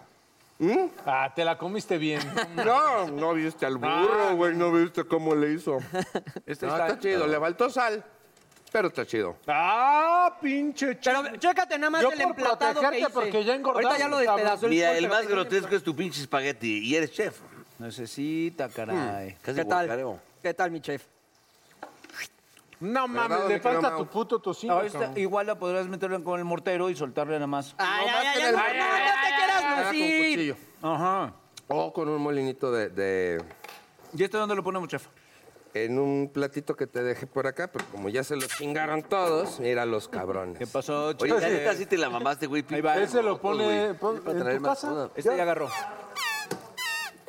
B: Ah, te la comiste bien.
G: ¿Mm?
B: Ah.
G: No, no viste al burro, güey, no viste cómo le hizo. No, está chido, le faltó sal, pero está chido.
B: ah, pinche ch...
E: Pero chécate nada más
B: Yo
E: el
B: por
E: emplatado que
B: protegerte,
E: hice.
B: porque ya engordaste,
E: Ahorita ya lo
B: cabrón.
E: despedazó el
D: Mira,
E: Paul,
D: el
E: pero
D: más
E: fíjate-
D: grotesco es tu pinche espagueti y eres chef. Hmm,
C: Necesita, caray.
D: Mm. Casi
E: ¿Qué tal?
D: guacareo.
E: ¿Qué tal, mi chef?
B: No mames,
G: Perdón,
B: le
G: mi querido
B: falta
G: Mau.
B: tu puto tocino.
C: Ahora está-
B: cabrón. Ah,
C: igual la podrás meterlo con el mortero y soltarle nada más.
E: Ay,
G: No,
E: ay,
G: más
E: ay,
G: que
E: ay,
G: en
E: no,
G: el-
E: no, no te
G: Ah,
E: quieras
G: con
E: lucir.
G: cuchillo.
C: Ajá.
G: O con un molinito de- de,
C: ¿Y esto dónde lo ponemos, chef?
G: en un platito que te dejé por acá, pero como ya se lo chingaron todos, mira los cabrones.
C: ¿Qué pasó,
D: Oye,
C: chef?
D: la neta sí te la mamaste, güey.
C: Ahí va.
B: Ese lo pone
D: Para
B: pon- en
D: traer
B: tu
D: más
B: casa.
D: cosas.
C: Este ya agarró.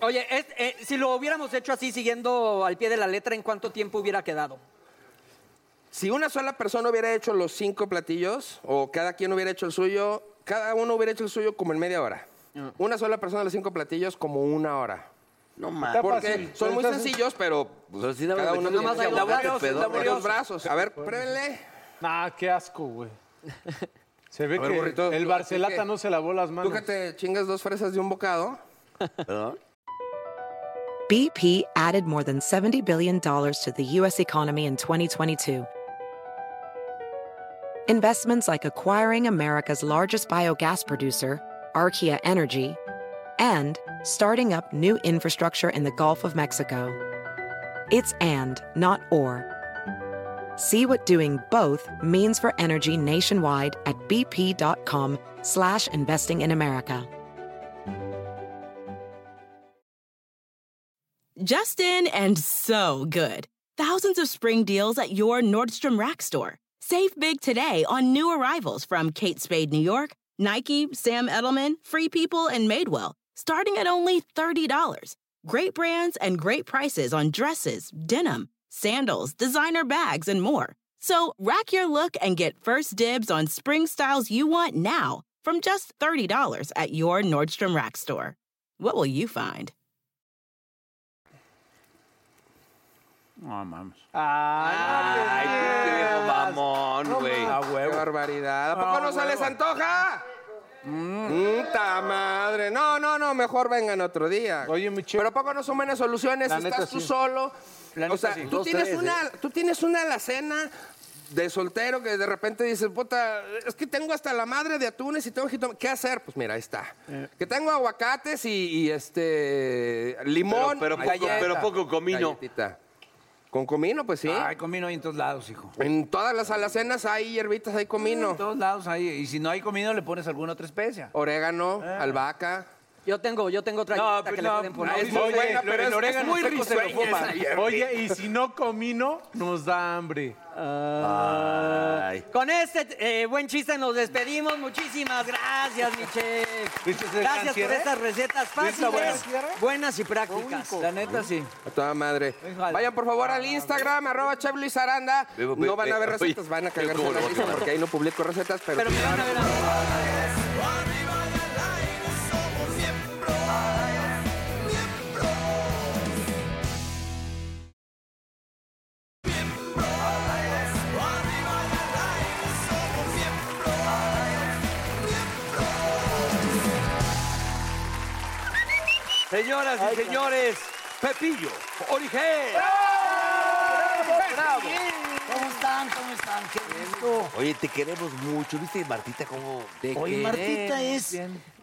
E: Oye, es- eh, si lo hubiéramos hecho así, siguiendo al pie de la letra, ¿en cuánto tiempo hubiera quedado?
G: Si una sola persona hubiera hecho los cinco platillos, o cada quien hubiera hecho el suyo, cada uno hubiera hecho el suyo como en media hora.
C: Ah.
G: Una sola persona los cinco platillos como una hora.
D: No mames.
G: Porque
B: fácil.
G: son muy
B: Pero está-
G: sencillos, pero
D: Pero sí, nada más
G: cada
D: le
G: uno
D: quitas
G: tiene
D: el
G: que
D: aguacate,
G: abocarse
D: pedorro.
G: con los brazos. A ver, pruébenle.
B: Nah, Ah, qué asco, güey. Se ve
G: A ver,
B: que
G: burrito, tú,
B: el
G: así
B: Barcelata
G: que-
B: no se lavó las
G: Tú
B: manos.
G: que te chingas dos fresas de un bocado.
D: ¿Perdón?
H: BP added more than $70 billion to the U.S. economy in 2022. Investments like acquiring America's largest biogas producer, Archaea Energy, and starting up new infrastructure in the Gulf of Mexico. It's and, not or. See what doing both means for energy nationwide at bp.com slash investing in America.
I: Justin and so good. Thousands of spring deals at your Nordstrom Rack store. Save big today on new arrivals from Kate Spade New York, Nike, Sam Edelman, Free People, and Madewell, starting at only $30. Great brands and great prices on dresses, denim, sandals, designer bags, and more. So rack your look and get first dibs on spring styles you want now from just $30 at your Nordstrom Rack store. What will you find?
C: No, mames.
D: Ay, tú qué viejo mamón, güey.
G: ¡Qué barbaridad! ¿A poco no se les antoja? ¡Puta madre! No, no, no, mejor vengan otro día.
B: Oye, mi chef.
G: Pero ¿a poco no son buenas soluciones?
B: La
G: Estás
B: neta,
G: tú
B: sí.
G: solo.
C: La
G: o
C: neta,
G: sea,
C: sí.
G: tú,
D: Dos,
G: tienes
D: tres,
G: una, tú tienes una alacena de soltero que de repente dices, puta, es que tengo hasta la madre de atunes y tengo jitom- ¿Qué hacer? Pues mira, ahí está.
D: Eh,
G: Que tengo aguacates y, y, este limón.
D: Pero- pero poco-
G: galleta.
D: pero poco comino.
G: Galletita. Con comino, pues sí.
C: Ay, comino hay en todos lados, hijo.
G: En todas las alacenas hay hierbitas, hay comino.
C: En todos lados hay. Y si no hay comino, le pones alguna otra especia.
G: Orégano, albahaca.
E: Yo tengo, yo tengo otra
C: No,
E: galleta
C: pues
E: que
C: no,
E: le pueden poner.
C: no,
G: Es muy
B: oye,
G: buena,
C: lo-
G: pero
C: el
G: es,
C: orégano
G: es muy
C: seco se lo
G: risueña
C: fuman.
G: esa hierba.
B: Oye, y si no comino, nos da hambre.
D: Ay.
E: Con este eh, buen chiste nos despedimos. Muchísimas gracias, mi chef.
B: ¿Viste ese gran
E: Gracias por
B: cierre?
E: estas recetas
B: ¿Viste ese gran
E: fáciles,
B: cierre?
E: buenas y prácticas.
C: La neta, sí.
G: A toda madre.
C: Híjole.
G: Vayan por favor al Instagram, arroba Chef Luis Aranda.
D: Veo, veo,
G: No van a ver
D: veo,
G: recetas,
D: eh, oye,
G: van a
D: veo
G: cagarse
D: cómo
G: la
D: lo
G: risa
D: botan.
G: porque ahí no publico recetas, pero...
E: Pero me van a ver a mí.
D: Señoras y señores, Pepillo, Origen.
B: ¡Eh!
D: ¡Bravo!
J: ¿Cómo están? ¿Cómo están? Qué gusto.
D: Oye, te queremos mucho. ¿Viste, Martita, cómo te
J: Oye,
D: queremos?
J: Martita es,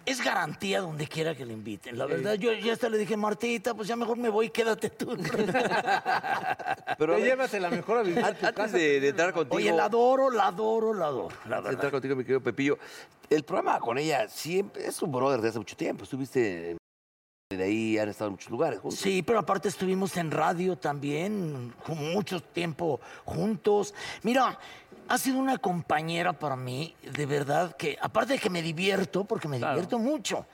J: es garantía donde quiera que le inviten. La verdad, yo ya hasta le dije, Martita, pues ya mejor me voy, quédate tú.
D: Pero, a
B: Te
D: ver,
B: llévate la mejor a vivir a
D: an-
B: tu
D: antes
B: casa.
D: de, de entrar contigo...
J: Oye, la adoro, la adoro, la adoro. La
D: Antes de entrar
J: verdad.
D: contigo, mi querido Pepillo. El programa con ella siempre es un brother de hace mucho tiempo. Estuviste en- de ahí, han estado en muchos lugares. juntos.
J: Sí, pero aparte estuvimos en radio también, ju- mucho tiempo juntos. Mira, ha sido una compañera para mí, de verdad, que aparte de que me divierto, porque me divierto mucho.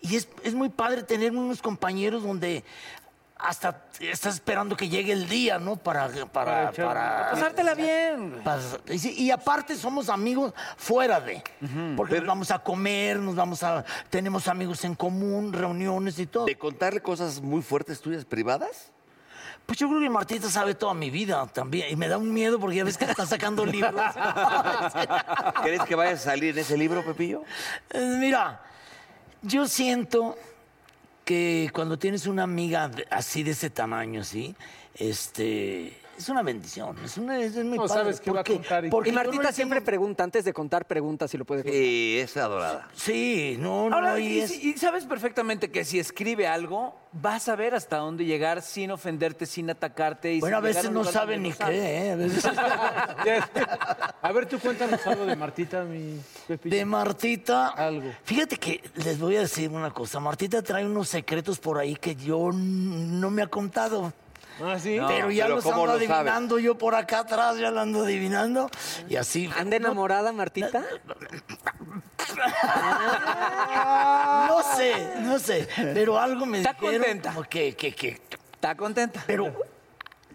J: Y es, es muy padre tener unos compañeros donde hasta estás esperando que llegue el día, ¿no? Para... para, para-
C: Pasártela bien.
J: Pas- Y, sí, y aparte somos amigos fuera de. Porque nos vamos a comer, nos vamos a. Tenemos amigos en común, reuniones y todo.
D: De contarle cosas muy fuertes tuyas privadas.
J: Pues yo creo que Martita sabe toda mi vida también. Y me da un miedo porque ya ves que está sacando libros.
D: ¿Crees que vaya a salir en ese libro, Pepillo?
J: Eh, Mira, yo siento que cuando tienes una amiga de- así de ese tamaño, ¿sí? Este. Es una bendición. Es, una, es muy
B: No
J: padre,
B: sabes qué va a
J: porque-
B: contar y-
J: porque
E: Y
J: yo no
E: Martita
J: le
E: siempre
J: tengo-
E: pregunta, antes de contar, pregunta si lo puede contar.
D: Sí, es adorada.
J: Sí, no, no.
C: Ahora,
J: y
C: y,
J: es-
C: si- y sabes perfectamente que si escribe algo, vas a ver hasta dónde llegar sin ofenderte, sin atacarte. Y
J: Bueno, a
C: sin llegar
J: veces
C: un
J: no
C: lugar
J: saben
C: donde
J: ni
C: no saben.
J: qué, ¿eh? A veces-
B: A ver, tú cuéntanos algo de Martita, mi Pepillo.
J: De Martita.
B: Algo.
J: Fíjate que les voy a decir una cosa. Martita trae unos secretos por ahí que yo n- no me ha contado.
B: Ah, sí.
J: pero ya
D: pero
J: los
D: ¿cómo
J: ando
D: lo sabe?
J: adivinando yo por acá atrás, ya lo ando adivinando. Y así.
E: ¿Anda enamorada, Martita?
J: No sé, no sé. Pero algo me
C: Está
J: dijeron
C: contenta.
J: como que, que, que.
C: Está contenta.
J: Pero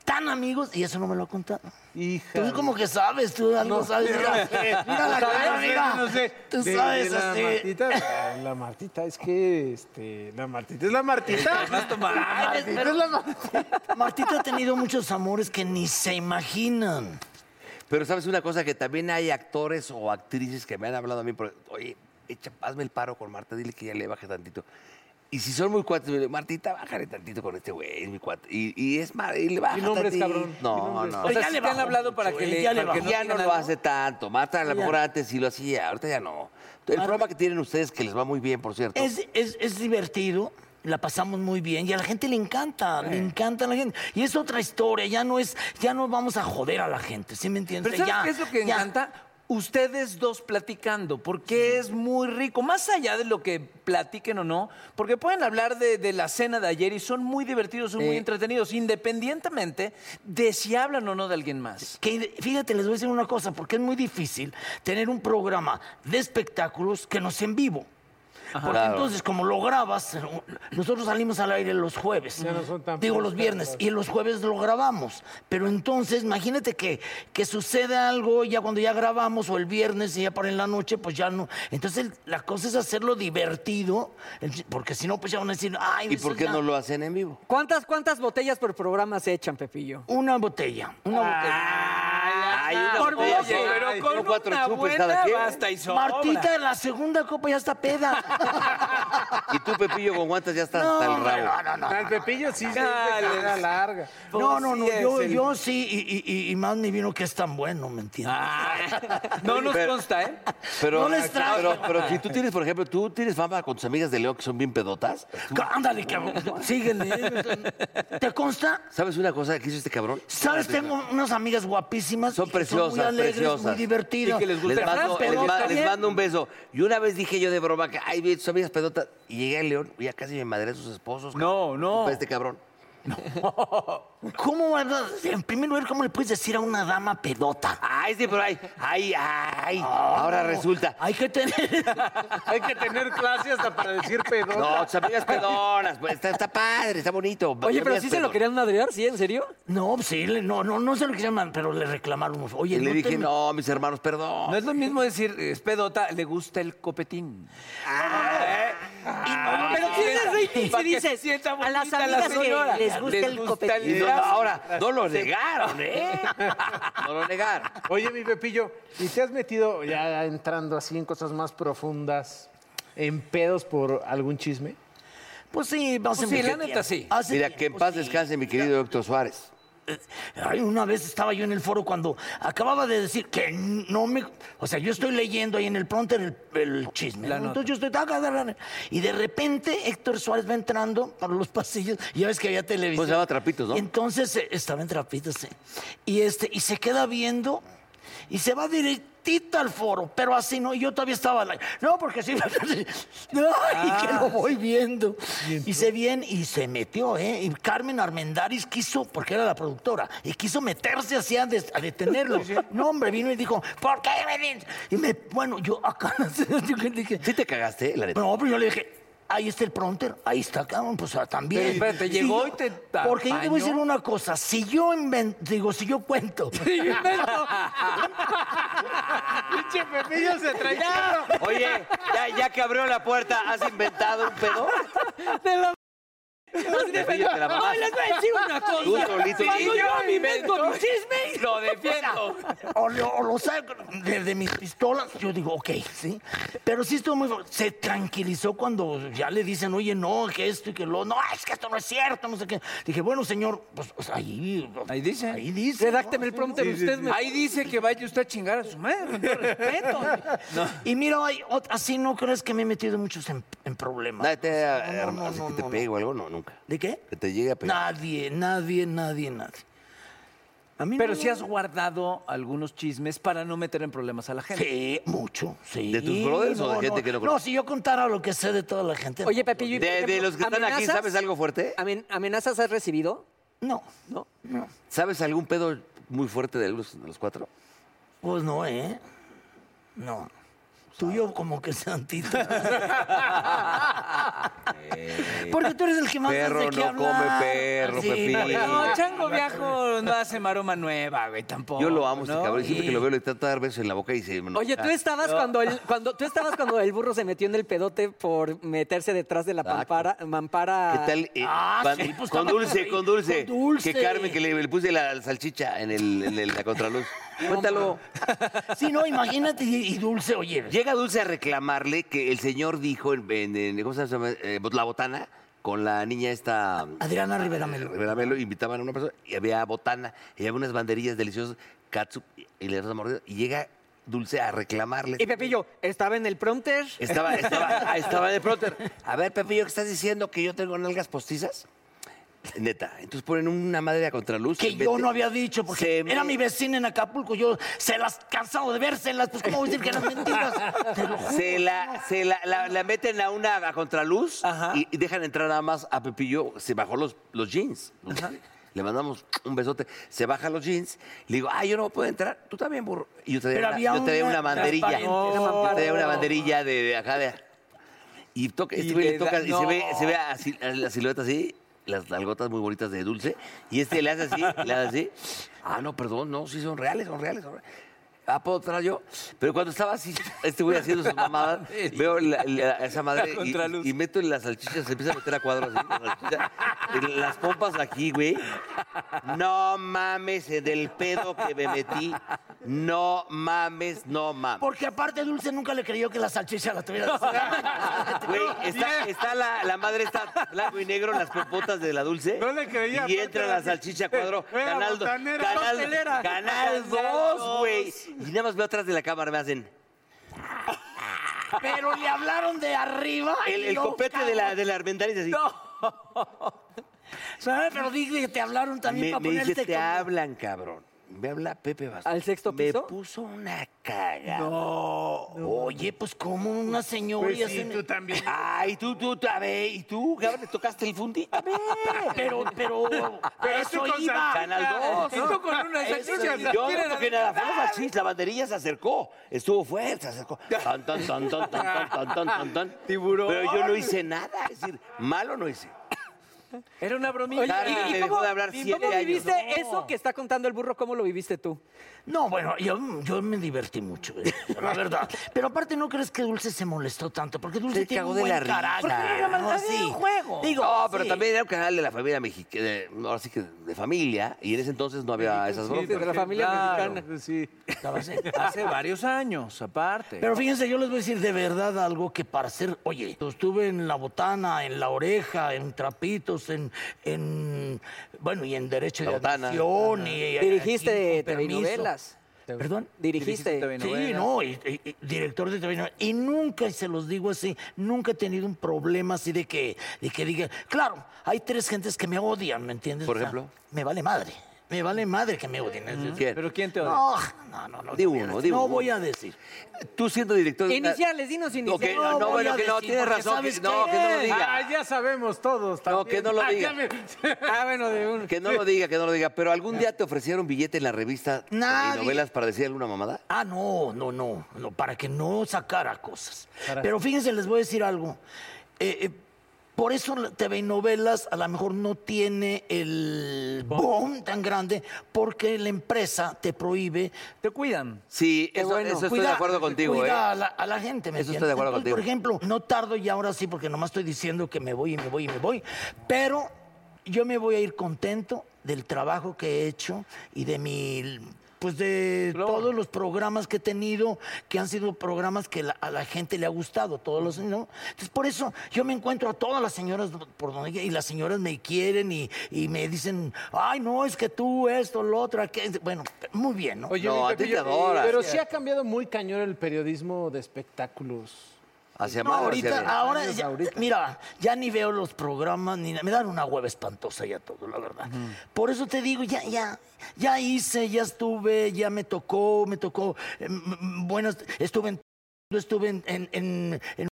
J: tan amigos, y eso no me lo ha contado.
B: Hija.
J: Tú como que sabes, tú algo sabes. Mira, mira la cara, mira.
B: No sé.
J: Tú
B: De-
J: sabes,
B: de la
J: así.
B: Martita. ah, La Martita, es que este, la Martita es la Martita. Martita es la Martita.
J: Martita ha tenido muchos amores que ni se imaginan.
D: Pero sabes una cosa, que también hay actores o actrices que me han hablado a mí, por- oye, echa, hazme el paro con Marta, dile que ya le baje tantito. Y si son muy cuates, me dicen, Martita, bájale tantito con este güey, es mi cuate. Y, y es mar- y le baja
B: Y nombres,
D: tantito.
B: cabrón, y
D: No,
B: nombres.
D: no.
C: O sea,
J: ya
C: sí
J: le
C: te han
J: bajó
C: hablado para
J: mucho,
C: que
J: ¿eh?
C: le
J: Ya le
C: para que
J: bajó.
D: ya
C: digan
D: no lo
C: algo.
D: hace tanto. Marta, a lo mejor antes sí lo hacía, ahorita ya no. El programa que tienen ustedes, que les va muy bien, por cierto.
J: Ah. Es, es- es divertido, la pasamos muy bien y a la gente le encanta, le encanta a la gente. Y es otra historia, ya no es, ya no vamos a joder a la gente, ¿sí me entiendes?
C: Pero ¿sabes
J: Ya,
C: qué es lo que
J: ya.
C: encanta? Ustedes dos platicando, porque es muy rico, más allá de lo que platiquen o no, porque pueden hablar de, de la cena de ayer y son muy divertidos, son muy entretenidos, independientemente de si hablan o no de alguien más.
J: Que, fíjate, les voy a decir una cosa, porque es muy difícil tener un programa de espectáculos que no sea en vivo. Porque
D: Claro.
J: entonces, como lo grabas, eh, nosotros salimos al aire los jueves.
B: Ya no son tan
J: Digo, los viernes. Y los jueves lo grabamos. Pero entonces, imagínate que, que sucede algo, ya cuando ya grabamos, o el viernes, y ya para en la noche, pues ya no. Entonces, el- la cosa es hacerlo divertido, el- porque si no, pues ya van a decir, ay,
D: ¿Y
J: eso
D: por qué
J: ya-
D: no lo hacen en vivo?
E: ¿Cuántas, ¿Cuántas botellas por programa se echan, Pepillo?
J: Una botella, una
E: Ah.
D: Ay, una
E: por
D: botella
E: bloque.
D: llena,
E: Pero
D: ay,
E: con
D: no, cuatro
C: una
D: chupes
C: buena
D: cada quien.
C: basta y sobra.
J: Martita, en la segunda copa ya está peda.
D: Y tú, Pepillo, con guantes ya estás hasta el
J: hombre,
D: rabo.
J: no, no, no.
B: Al Pepillo sí se
C: Chales.
B: la larga.
J: No, no, no,
C: Pues sí
J: yo,
C: es el-
J: yo sí, y, y- y- y más mi vino que es tan bueno, ¿me entiendes?
D: Ah.
C: No nos
D: Pero-
C: consta, ¿eh?
D: Pero,
J: No les traje.
D: pero, pero si tú tienes, por ejemplo, tú tienes fama con tus amigas de León que son bien pedotas.
J: Ca- Ándale, cabrón, síguele. ¿Te consta?
D: ¿Sabes una cosa que hizo este cabrón?
J: ¿Sabes? Tengo unas amigas guapísimas.
D: Son
J: y que
D: preciosas,
J: muy alegres,
D: preciosas.
J: muy divertidas.
C: Y que les gusta
D: Les
C: Pero
D: mando,
C: estás
D: les,
C: pedotas
D: ma- les
C: también.
D: mando un beso. Y una vez dije yo de broma que, ay, bien, tus amigas pedotas. Y llegué a León y ya casi me madré a sus esposos.
C: No,
D: cabrón.
C: no.
D: Culpa de este cabrón.
J: ¿Cómo, vas a- en primer lugar, cómo le puedes decir a una dama pedota?
D: Ay, sí, pero ay, ay, ay. ahora resulta.
J: Hay que tener...
B: Hay que tener clase hasta para decir pedón.
D: No, tus amigas pedonas. pues, Está, está padre, está bonito.
E: Oye, pero
D: Amigas
E: sí se lo
D: pedonas.
E: querían madrear, ¿sí? ¿En serio?
J: No, pues sí, le- no, no, no sé lo que llaman, pero le reclamaron. Oye,
D: Y le
J: no te-
D: dije, no, mis hermanos, perdón.
C: No es lo mismo decir, es pedota, le gusta el copetín.
E: pero tienes rating
C: Pa'
E: si
C: que
E: dices,
C: se sienta
E: a las
C: bonita la
E: amigas que
C: señora.
E: les gusta el copetín.
D: Y no, no,
C: lazo.
D: ahora, no lo negaron, ¿eh?
J: Pues
D: No lo negaron.
B: Oye, mi Pepillo, ¿y te has metido ya entrando así en cosas más profundas, en pedos por algún chisme?
J: Pues sí, vamos
C: Pues
J: a
C: sí, la neta, sí.
J: Hace
D: Mira, que en
J: tiempo,
D: paz
J: sí.
D: descanse, mi querido Héctor Suárez.
J: Ay, una vez estaba yo en el foro cuando acababa de decir que no me. O sea, yo estoy leyendo ahí en el pronter el, el chisme.
C: La
J: ¿no?
C: nota.
J: Entonces yo estoy. "Ah, taca, taca, taca. Y de repente Héctor Suárez va entrando por los pasillos. y Ya ves que había televisión.
D: Pues se llama Trapitos, ¿no?
J: Entonces eh, estaba en trapitos, sí. Y, este, y se queda viendo y se va directito al foro, pero así no. Y yo todavía estaba. like, no, porque sí. no, y que lo voy viendo. Hice bien y se metió, ¿eh? Y Carmen Armendaris quiso, porque era la productora, y quiso meterse así a, des- a detenerlo. No, hombre, vino y dijo, ¿por qué me di-?" Y me, bueno, yo acá dije,
D: ¿Sí te cagaste, la neta?
J: no, pero yo le dije, ahí está el pronter, ahí está, cabrón, pues ah, también.
C: Pero espérate,
J: Si
C: llegó
J: yo-
C: y te
J: Porque yo te voy a decir
C: apañó.
J: una cosa, si yo inven- digo, si yo cuento,
B: Pinche Pepillo se traiciona.
D: Oye, ya, ya que abrió la puerta, ¿has inventado un pedo? Pepillo, te la
E: No,
D: mamaste.
E: les voy a decir una cosa.
D: Tú solito.
E: Cuando
D: Sí,
E: yo
D: yo
E: invento mi chisme,
C: Lo defiendo.
J: o lo, o lo saco de, de mis pistolas, yo digo, ok, sí. Pero sí estuvo muy... fu- Se tranquilizó cuando ya le dicen, oye, no, que esto y que lo... No, es que esto no es cierto, no sé qué. Dije, bueno, señor, pues, pues, ahí...
C: Ahí dice.
J: Ahí dice.
E: redácteme
J: ¿no?
E: el prompter usted. me-
C: Ahí dice que vaya usted a chingar a su madre. No respeto.
J: Y mira, ay, ot- así no crees que me he metido muchos en, en problemas.
D: Nadie te,
J: No, no,
D: así
J: no,
D: que te
J: no,
D: pegue o algo, no, nunca.
J: ¿De qué?
D: Que te llegue a pegar.
J: Nadie, nadie, nadie, nadie. A mí
C: Pero
J: no-
C: sí has guardado algunos chismes para no meter en problemas a la gente.
J: Sí, mucho, sí.
D: ¿De tus brothers o de gente que no
J: No,
D: conoces?
J: si yo contara lo que sé de toda la gente.
E: Oye,
J: no,
E: Pepillo, y por
D: De, de
E: ejemplo,
D: los que están aquí,
E: ¿amenazas?
D: ¿sabes algo fuerte?
E: Amen- ¿Amenazas has recibido?
J: No,
E: ¿No?
D: ¿Sabes algún pedo muy fuerte de algunos de los cuatro?
J: pues no, ¿eh? No. Tuyo como que santito. Porque tú eres el que más hace
D: Perro
J: de qué
D: no
J: hablar.
D: come perro,
J: Sí,
D: Pepillo.
J: por eso.
C: No, Chango Viajo no hace maroma nueva, güey, tampoco.
D: Yo lo amo, este
C: ¿no?
D: cabrón. y Siempre
C: Y-
D: que lo veo le trato de dar besos en la boca y se...
E: Oye, tú estabas cuando el, cuando tú estabas cuando el burro se metió en el pedote por meterse detrás de la
D: Exacto.
E: pampara, mampara.
D: ¿Qué tal? eh,
J: Ah,
D: pan-
J: sí, pues,
D: con
J: estaba
D: dulce,
J: ahí,
D: con dulce.
J: con dulce.
D: Que Carmen, que le, le puse la salchicha en, el, en el- la contraluz. Cuéntalo.
J: Sí, no, imagínate, y, y dulce, oye.
D: Llega Dulce a reclamarle que el señor dijo en, en- en- ¿cómo se llama? Eh, bot- la botana con la niña esta...
J: Adriana Rivera Melo.
D: Rivera Melo, invitaban a una persona y había botana y había unas banderillas deliciosas, katsup y le das una mordida y llega Dulce a reclamarle.
E: Y Pepillo, estaba en el prompter.
D: Estaba, estaba, ah, estaba de pronto. A ver, Pepillo, ¿qué estás diciendo? ¿Que yo tengo nalgas postizas? Neta. Entonces ponen una madre a contraluz.
J: Que
D: se
J: yo
D: mete-
J: no había dicho, porque
D: se
J: era
D: me-
J: mi vecina en Acapulco, yo se las cansado de vérselas, pues cómo voy a decir que eran mentiras. Te lo juro.
D: Se la, se la, la- la meten a una a contraluz
C: Ajá.
D: y, y dejan entrar nada más a Pepillo. Se bajó los, los jeans. Le mandamos un besote. Se baja los jeans. Le digo, ah, yo no puedo entrar. Tú también, burro. Y yo traía,
J: Pero
D: una,
J: había
D: yo traía
J: una
D: una banderilla.
J: transparente, esa
D: yo traía
J: mampara.
D: una banderilla de, de acá de- Y, toca, este
C: Y
D: güey
C: le
D: le
C: da-
D: toca y se ve,
C: no.
D: se ve así, la silueta así, las algotas muy bonitas de dulce. Y este le hace así, le hace así. Ah, no, perdón, no, sí son reales, son reales, son reales. Ah, puedo traer yo. Pero cuando estaba así, este güey haciendo sus mamadas, veo la- la- esa madre
C: La
D: y,
C: contraluz.
D: y meto en las salchichas, se empieza a meter a cuadros así, las salchichas, en las pompas aquí, güey. No mames, en el pedo que me metí. No mames, no mames.
J: Porque aparte Dulce nunca le creyó que la salchicha la tuviera.
D: Güey, está, está la, la madre está blanco y negro en las popotas de la dulce.
B: No le creía,
D: Y
B: aparte
D: entra
B: era
D: la
B: así.
D: salchicha cuadro.
B: Era
D: Canal 2.
B: botanera,
D: Canal,
B: pastelera.
D: canal 2, güey. Y nada más veo atrás de la cámara, me hacen.
J: Pero le hablaron de arriba. y
D: El, el
J: lo
D: copete de la, de la Armendáriz así.
J: ¿Sabes? Ah, Pero dije que te hablaron también
D: me,
J: para
D: me dice,
J: ponerte
D: te
J: como-
D: hablan, cabrón. Me habla Pepe Bastos.
E: ¿Al sexto
D: Me
E: piso?
D: puso una caga.
J: No. Oye, pues como una señora y
B: Pues sí,
J: hacen-
B: tú también.
C: Ah,
D: Ay, tú, tú, tú, a ver, y tú, cabrón, le tocaste el fundito. a ver.
J: Pero, pero, a
B: Pero
J: eso
B: tú con
J: iba.
D: Canal 2.
C: Y tú con una
D: Eso
C: salchicha,
D: es- Yo no toqué nada, fue la salchicha, la banderilla se acercó, estuvo fuerte, se acercó. Tan, tan, tan, tan, tan, tan, tan, tan, tan, tan.
C: Tiburón.
D: Pero yo no hice nada, es decir, malo no hice.
C: Era una bromita.
D: Carmen
C: Y- y-
D: me dejó de hablar
E: ¿Y
D: siete
E: cómo
D: años.
E: viviste
D: No.
E: eso que está contando el burro? ¿Cómo lo viviste tú?
J: No, bueno, yo, yo me divertí mucho, eh, la verdad. Pero aparte, ¿no crees que Dulce se molestó tanto? Porque Dulce
D: Se
J: tiene
D: cagó
J: un
D: de
J: buen
D: la risa.
J: carácter.
D: Porque era una
J: No,
D: maldad,
J: sí.
D: era un juego.
J: Digo,
D: no, pero
J: sí.
D: también era un canal de la familia mexicana, ahora sí que de familia, y en ese entonces no había esas bromas.
E: de la familia
C: Claro.
E: mexicana.
B: Sí.
J: Estaba así.
C: Hace varios años, aparte.
J: Pero fíjense, yo les voy a decir de verdad algo que para ser, oye, estuve en la botana, en la oreja, en trapitos, en, en bueno, y en derecho
D: La
J: de
D: botana.
J: admisión. Y, eh,
E: Dirigiste
J: aquí, con permiso.
E: telenovelas.
J: ¿Perdón?
C: Dirigiste
E: Dirigiste.
J: Sí,
C: telenovelas.
J: no, y- y- y director de televisión. Y nunca, y se los digo así, nunca he tenido un problema así de que, de que diga, claro, hay tres gentes que me odian, ¿me entiendes?
D: Por
J: O sea,
D: ejemplo.
J: me vale madre, me vale madre que me odien. Es decir,
D: ¿Quién?
C: ¿Pero quién te odia?
J: No, no, no, no.
D: Di
J: no voy a
D: uno,
J: decir,
D: di
J: no
D: uno.
J: voy a decir.
D: Tú siendo director... de una-
E: Iniciales, dinos
D: Ok,
E: iniciales.
D: no, no,
J: voy
D: bueno,
J: a
D: que no,
J: decir,
D: tienes
J: porque
D: razón. que-
J: ¿sabes
D: no,
J: qué?
D: que no lo
B: Ah,
D: diga.
B: ya sabemos todos.
D: No,
B: también.
D: que no lo
B: Ah,
D: diga.
B: ya me-
E: Ah, bueno, de un...
D: Que no lo diga, que no lo diga. Pero algún día te ofrecieron billete en la revista
J: Nadie.
D: de novelas para decir alguna mamada.
J: Ah, no, no, no, no, para que no sacara cosas. Pero fíjense, les voy a decir algo. Eh, eh, por eso la TV y novelas a lo mejor no tiene el boom tan grande, porque la empresa te prohíbe
C: Te cuidan.
D: Sí,
E: Qué
D: eso,
E: bueno.
D: eso estoy
J: Cuida-
D: de acuerdo contigo,
J: cuida
D: ¿eh?
J: a, la, a la gente, ¿me
D: Eso estoy
J: entiendes?
D: de acuerdo
J: Entonces, Por ejemplo, no tardo y ahora sí, porque nomás estoy diciendo que me voy y me voy y me voy, pero yo me voy a ir contento del trabajo que he hecho y de mi... Pues de todos los programas que he tenido, que han sido programas que la- a la gente le ha gustado, todos los, ¿no? Entonces, por eso yo me encuentro a todas las señoras por donde y las señoras me quieren y, y me dicen, ay, no, es que tú esto, lo otro, aquello". Bueno, muy bien, ¿no?
B: Oye,
D: No,
B: mi
D: a
B: Pepe,
D: ti te
B: yo-
D: adoran.
B: Pero sí ha cambiado muy cañón el periodismo de espectáculos.
D: Hacia
J: No,
D: mal,
J: ahorita,
D: hacia bien.
J: ahora,
B: Años
J: ya-
B: ahorita.
J: mira, ya ni veo los programas, ni na- me dan una hueva espantosa ya todo, la verdad. Por eso te digo, ya, ya, ya hice, ya estuve, ya me tocó, me tocó, eh, m- m- buenas, estuve en, estuve en, en- en- en-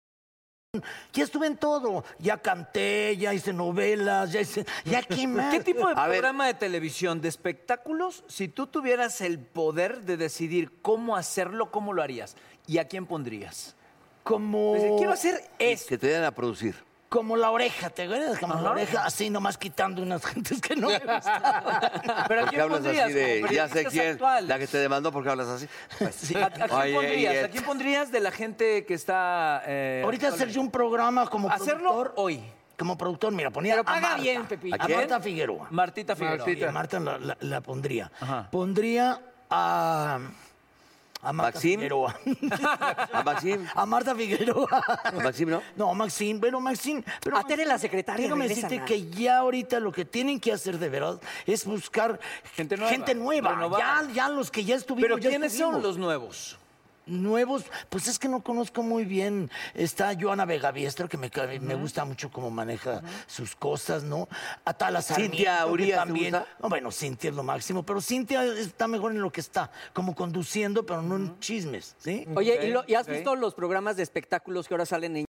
J: ya estuve en todo, ya canté, ya hice novelas, ya hice, ya qué más.
C: ¿Qué tipo de
D: A ver.
C: programa de televisión, de espectáculos, si tú tuvieras el poder de decidir cómo hacerlo, cómo lo harías? ¿Y a quién pondrías?
J: Como,
C: Pues, quiero hacer esto.
D: Que te den a producir.
J: como la oreja, ¿te acuerdas? Como la oreja, así nomás quitando unas gentes que no me gustaban.
C: ¿Pero a
D: ¿Por qué
C: quién
D: hablas
C: pondrías?
D: así de,
C: como
D: ya sé
C: periodistas
D: quién,
C: actuales?
D: la que te demandó porque hablas así? Pues,
J: Sí.
C: ¿A, a quién
D: Oye,
C: pondrías?
D: y
C: ¿A
D: es-
C: quién pondrías de la gente que está... eh,
J: Ahorita hacer yo un programa como
C: Hacerlo
J: productor.
C: hoy.
J: Como productor, mira, ponía
E: Pero
J: a
E: paga
J: Marta,
E: bien, Pepito.
J: A,
D: ¿A quién?
J: Marta Figueroa.
C: Martita Figueroa.
J: Y a Marta la, la- la pondría.
C: Ajá.
J: Pondría a... A Marta
D: ¿Maxim?
J: Figueroa.
D: ¿A Maxim?
J: a Marta Figueroa.
D: ¿A Maxim no?
J: No, Maxim, pero Maxim... Pero
E: A Tere Ah, la secretaria,
J: Déjame
E: regrésala.
J: decirte que ya ahorita lo que tienen que hacer de verdad es buscar
C: Gente nueva,
J: nueva.
C: renovar.
J: Ya, ya los que ya estuvieron.
C: ¿Pero
J: ya
C: quiénes son
J: estuvimos.
C: los nuevos?
J: Nuevos, pues es que no conozco muy bien. Está Joana Vegaviestra, que me, ca- me gusta mucho cómo maneja sus cosas, ¿no? Atala Sarmiento.
D: Cintia
J: que
D: Urías, ¿te
J: también.
D: gusta?
J: No, bueno, Cintia es lo máximo, pero Cintia está mejor en lo que está, como conduciendo, pero no en chismes, ¿sí?
E: Oye, ¿y, lo- y has visto los programas de espectáculos que ahora salen en...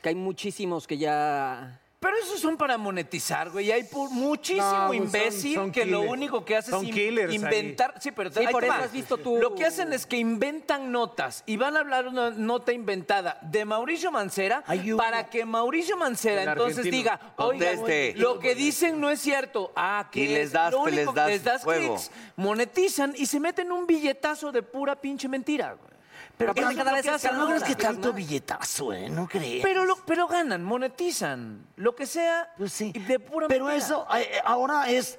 E: Que hay muchísimos que ya...
C: Pero esos son para monetizar, güey. y Hay pu- muchísimo
B: No, güey, son-
C: imbécil
B: son
C: que lo
B: killers.
C: único que hace
B: Son
C: es im-
B: killers ahí.
C: inventar. Sí, pero
E: Sí,
C: ahí
E: por
C: te
E: eso
C: va.
E: has visto tú.
C: Lo que hacen es que inventan notas y van a hablar una nota inventada de Mauricio Mancera
J: Ay, uno.
C: para que Mauricio Mancera
B: El
C: entonces
B: argentino.
C: diga, oiga,
D: Conteste.
C: lo que dicen no es cierto. Ah, que
D: Y les das-
C: lo
D: les
C: único
D: das
C: que les das
D: fuego.
C: clics, monetizan y se meten un billetazo de pura pinche mentira, güey.
J: Pero
C: Eso
J: cada,
C: es lo
J: vez
C: que hacen
J: No crees
C: ahora.
J: que tanto billetazo, ¿eh? ¿No crees?
C: Pero, lo- pero ganan, monetizan, lo que sea,
J: Pues sí.
C: y de pura
J: Pero
C: mentira.
J: eso eh, eh, ahora es.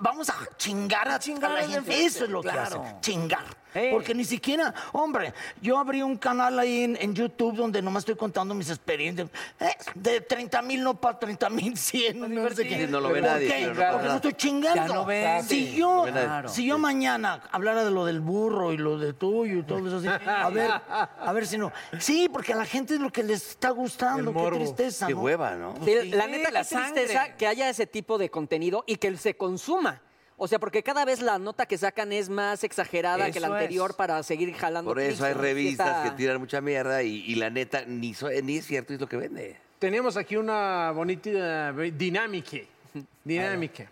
J: Vamos a chingar a,
C: Chingar
J: a la
C: al de
J: gente.
C: enfrente,
J: Eso es lo
C: claro.
J: que hacen. Chingar.
C: Ey.
J: Porque ni siquiera. Hombre, yo abrí un canal ahí en, en YouTube donde nomás estoy contando mis experiencias. Eh, de 30 mil no para 30 mil 100. No sé qué.
D: divertir. No lo ve
J: ¿Por
D: nadie,
J: qué?
D: pero no
J: Porque
D: pasa
J: no
D: nada.
J: estoy chingando.
C: Ya no vende,
J: si
C: no
J: yo,
D: ve nadie.
C: Claro.
J: si yo mañana hablara de lo del burro y lo de tuyo y todo eso así. A ver, a ver si no. Sí, porque a la gente es lo que les está gustando.
B: El
J: Qué
B: morbo.
J: tristeza.
D: Qué
J: ¿no?
D: hueva, ¿no?
J: Pues
E: Sí, la
C: Sí,
E: neta,
C: la
E: qué tristeza
C: sangre.
E: que haya ese tipo de contenido y que se consuma. O sea, porque cada vez la nota que sacan es más exagerada que la
C: Eso es.
E: anterior para seguir jalando.
D: Por eso hay
E: clics.
D: revistas que
E: Está-
D: tiran mucha mierda y, y la neta ni, so- ni es cierto es lo que vende.
B: Teníamos aquí una bonita eh, dinámica. Dinámica. Tú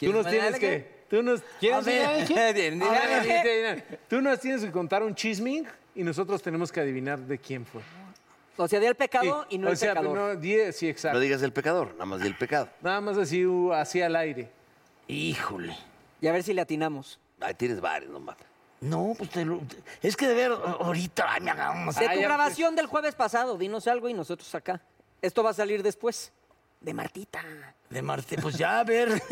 C: ¿Quieres
B: nos
C: dinámica?
B: tienes que. Tú nos, ¿Quieres
C: ver.
B: dinámica?
C: Bien,
B: A ver,
C: dinámica.
B: dinámica. Tú nos tienes que contar un chisming y nosotros tenemos que adivinar de quién fue.
E: O sea, di el pecado
B: Sí.
E: y no
B: o
E: el
B: sea,
E: pecador.
B: no, di- sí, exacto.
D: No digas el pecador, nada más del pecado.
B: Nada más así, uh, así al aire.
J: Híjole.
E: Y a ver si le atinamos.
D: Ahí tienes varios nomás.
J: No, pues te lo- te- es que de ver, ahorita ay, pues. me agarraron una
E: De
J: sed.
E: tu grabación del jueves pasado, dinos algo y nosotros acá. Esto va a salir después. De Martita.
J: de Marte. Pues ya, a ver.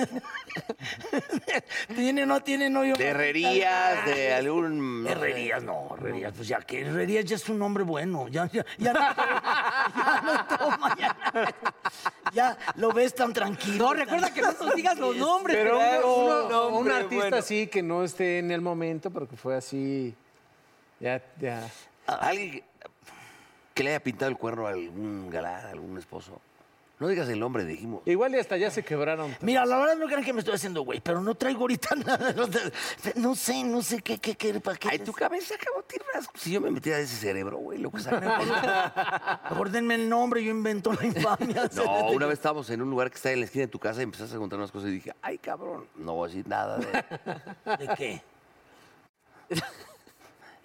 J: tiene, no tiene, no yo.
D: De herrerías, de algún. no sé.
J: Herrerías, no, herrerías, pues ya que herrerías ya es un hombre bueno, ya, ya, ya no, ya no toma, ya, ya lo ves tan tranquilo.
E: No, recuerda que no nos digas los nombres.
B: Pero
E: ¿verdad?
B: uno- uno-
C: un
B: un
C: hombre
B: artista
C: bueno.
B: así que no esté en el momento porque fue así. Ya, ya.
D: Alguien que, que le haya pintado el cuerno a algún galán, a algún esposo. No digas el nombre, dijimos.
B: Igual y hasta ya se quebraron.
J: Mira, la verdad no crean que me estoy haciendo güey, pero no traigo ahorita nada. No, te- no sé, no sé qué, qué, qué, para qué.
D: Ay, tu cabeza, cabrón, tiene unas- Si yo me metiera de ese cerebro, güey, lo que saca.
J: Mejor denme el nombre, yo invento la infamia.
D: No, una vez estábamos en un lugar que está en la esquina de tu casa y empezaste a contar unas cosas y dije, ay, cabrón, no voy a decir nada de.
J: ¿De qué?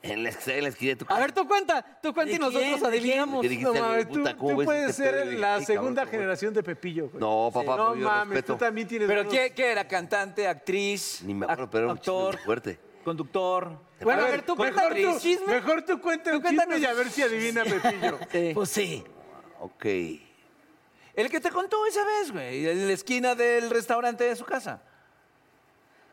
D: En la, en la esquina de tu casa.
E: A ver, tú cuenta, tú cuenta y
J: ¿De quién?
E: nosotros
J: ¿De
E: adivinamos.
D: ¿Qué dijiste,
B: No
D: güey?
B: mames, tú,
D: Puta, ¿cómo
B: tú
D: ves
B: puedes
D: este
B: ser
D: pedo? Y dije,
B: la
D: "Ay,
B: segunda
D: cabrón,
B: generación de Pepillo, güey.
D: No, papá,
B: Pues, no
D: pero yo
B: mames,
D: respeto.
B: tú también tienes.
C: ¿Pero
B: unos-
C: qué, qué era? ¿Cantante, actriz?
D: Ni me
C: ac-
D: acuerdo, pero era un chisme
C: actor,
D: fuerte.
C: Conductor.
E: Bueno, a ver, tú
B: mejor
E: cuenta el
B: tú-
E: chisme.
B: Mejor tú cuenta el
E: cuéntanos.
B: chisme y a ver si adivina Pepillo.
E: Sí.
J: Pues sí.
D: Ok.
C: El que te contó esa vez, güey, en la esquina del restaurante de su casa.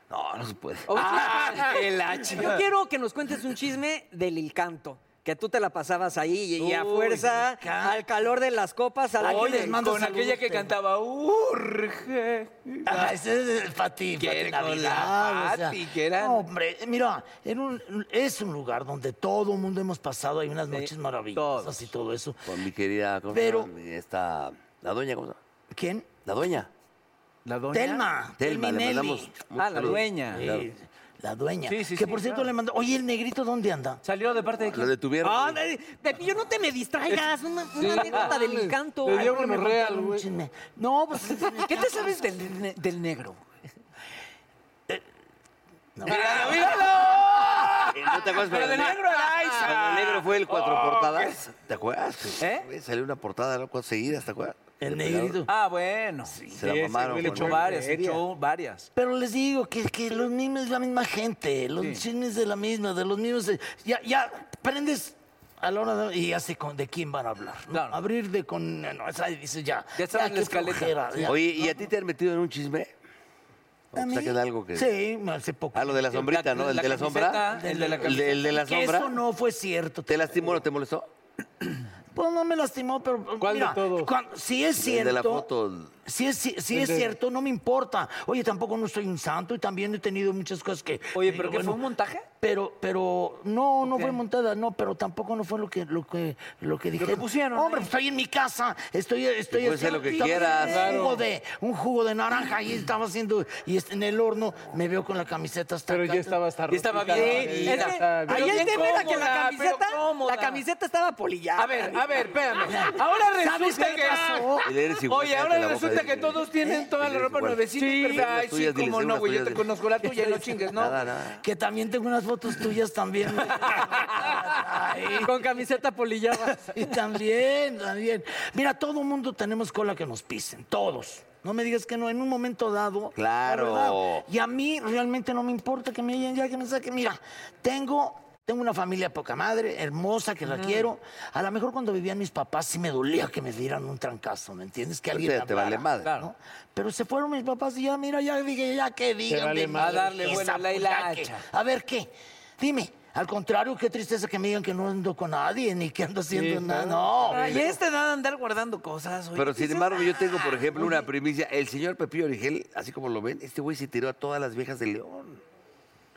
D: No, no se puede. Ah,
E: O un chisme. Yo quiero que nos cuentes un chisme del Il Canto. Que tú te la pasabas ahí y, y a
C: Uy,
E: fuerza,
J: del Canto.
E: al calor de las copas, al
J: Oye,
E: aire.
J: les mando
C: con
J: saludos,
C: aquella que
J: pero-
C: cantaba Urge.
J: Ah, ese es para ti, para
C: Quiere
J: ti,
C: con la
J: Navidad, o sea.
C: Pati, que era-
J: No, hombre, mira, en un- es un lugar donde todo el mundo hemos pasado, hay unas noches maravillosas
C: todos.
J: y todo eso.
D: Con mi querida. ¿cómo se
J: Pero-
D: llama? Esta. La doña, ¿cómo se llama?
J: ¿Quién?
D: La doña.
C: La doña.
J: Telma.
D: Telma, le
J: Telminelli.
D: mandamos.
C: Ah, la
D: Saludos.
C: dueña.
D: Claro.
J: Sí, La dueña.
C: Sí, sí,
J: que
C: sí,
J: por cierto
C: claro.
J: le mandó. Oye, el negrito, ¿dónde anda?
C: ¿Salió de parte de
D: Lo
C: quién?
D: detuvieron.
E: Ah, eh, Pepillo, no te me distraigas. Una, una anécdota del Il Canto.
B: Le dio
J: Porque me
B: gonorrea
J: contaron
B: al
J: un
B: güey.
J: chisme. No, pues.
C: ¿Qué te sabes del, ne- del negro?
D: ¡Míralo, míralo! ¿No te acuerdas?
C: Pero
D: cuando
C: del
D: el-
C: negro Oh, era Aiza.
D: Cuando el negro fue el cuatro portadas. ¿Te acuerdas?
C: ¿Eh?
D: Güey, Salió una portada, ¿no? Cuatro seguidas, ¿te acuerdas?
J: El
D: Le pegaron.
J: negrito.
C: Ah, bueno.
D: Se la
B: Sí, ese
D: mamaron.
B: güey le
D: con-
C: Echó
B: Bueno,
C: varias,
B: feria.
C: echó varias.
J: Pero les digo que, que los mismos es la misma gente, los chismes de la misma, de los mismos. eh, Ya, ya prendes a la hora de, y ya sé con, de quién van a hablar. ¿no?
C: Claro.
J: Abrir de con. No, o sea, dices ya.
C: Ya sabes la
J: qué
C: escaleta.
J: flojera, ya.
D: Oye, ¿y a ti te han metido en un chisme?
J: ¿A mí?
D: Saquen algo que.
J: Sí, hace poco.
D: Ah, lo de la sombrita, ¿no? El de la sombra.
C: camiseta, El de la
D: El de-
C: camiseta.
D: el de la
J: Que
D: sombra.
J: Eso no fue cierto.
D: ¿Te lastimó o no te molestó?
J: Pues no me lastimó, pero.
B: ¿Cuál de
J: mira,
B: todos?
J: cuan- sí es
D: El
J: cierto.
D: de la foto.
J: Si es, si, si es cierto, no me importa. Oye, tampoco no soy un santo y también he tenido muchas cosas que.
C: Oye,
J: digo,
C: ¿pero ¿eh? qué fue un montaje?
J: Pero, pero, no, no fue montada, no, pero tampoco no fue lo que, lo que, lo que dijeron.
C: pusieron
E: ¿eh?
J: Hombre, pues, estoy en mi casa, estoy, estoy
D: puede ser lo que
J: estaba
D: quieras.
J: haciendo Un jugo de, un jugo de naranja y estaba haciendo, y est- en el horno me veo con la camiseta hasta
B: Pero
J: acá.
B: ya estaba hasta
C: Y estaba
B: rotita,
C: bien,
B: ¿no?
C: y-
E: Es que
B: Está bien.
E: ahí
C: Pero
E: el
C: bien
E: tema era que la
C: cómoda, pero
E: camiseta,
C: cómoda.
E: la camiseta estaba polillada.
C: A ver, a ver, espérame. Ahora resulta que.
D: Y le eres igual,
C: Ah, Oye,
D: cállate
C: ahora
D: la boca,
C: resulta
D: dile,
C: que
D: dile.
C: todos tienen toda
D: Y
C: la
D: le eres
C: ropa
D: igual.
C: nuevecita y
D: Sí.
C: perfecta. Ay,
D: Las tuyas,
C: sí,
D: diles,
C: cómo
D: son
C: no,
D: las
C: güey. Yo
D: tuyas,
C: te
D: diles.
C: conozco la tuya, no chingues, ¿no?
D: Nada, nada.
J: Que también tengo unas fotos tuyas también. Ay,
E: Con camiseta polillada.
J: y también, también. Mira, todo mundo tenemos cola que nos pisen, todos. No me digas que no, en un momento dado. la
D: Claro.
J: verdad. Y a mí realmente no me importa que me hayan ya que me saquen. Mira, tengo, tengo una familia poca madre, hermosa, que la quiero. A lo mejor cuando vivían mis papás sí me dolía que me dieran un trancazo, ¿me entiendes? Que alguien
D: te-
J: me
D: te vale
J: hablara,
D: madre.
J: ¿no? Pero se fueron mis papás y ya, mira, ya dije, ya que digan.
B: vale
J: de mí,
C: madre. A darle, bueno,
J: esa
C: la y la
J: puta que-
C: hacha.
J: a ver, ¿qué? Dime. Al contrario, qué tristeza que me digan que no ando con nadie, ni que ando haciendo nada. No.
C: Ay, este nada de andar guardando cosas, oye.
D: Pero sin embargo, yo tengo,
J: Ah,
D: por ejemplo, una primicia. El señor Pepillo Origel, así como lo ven, este güey se tiró a todas las viejas de León.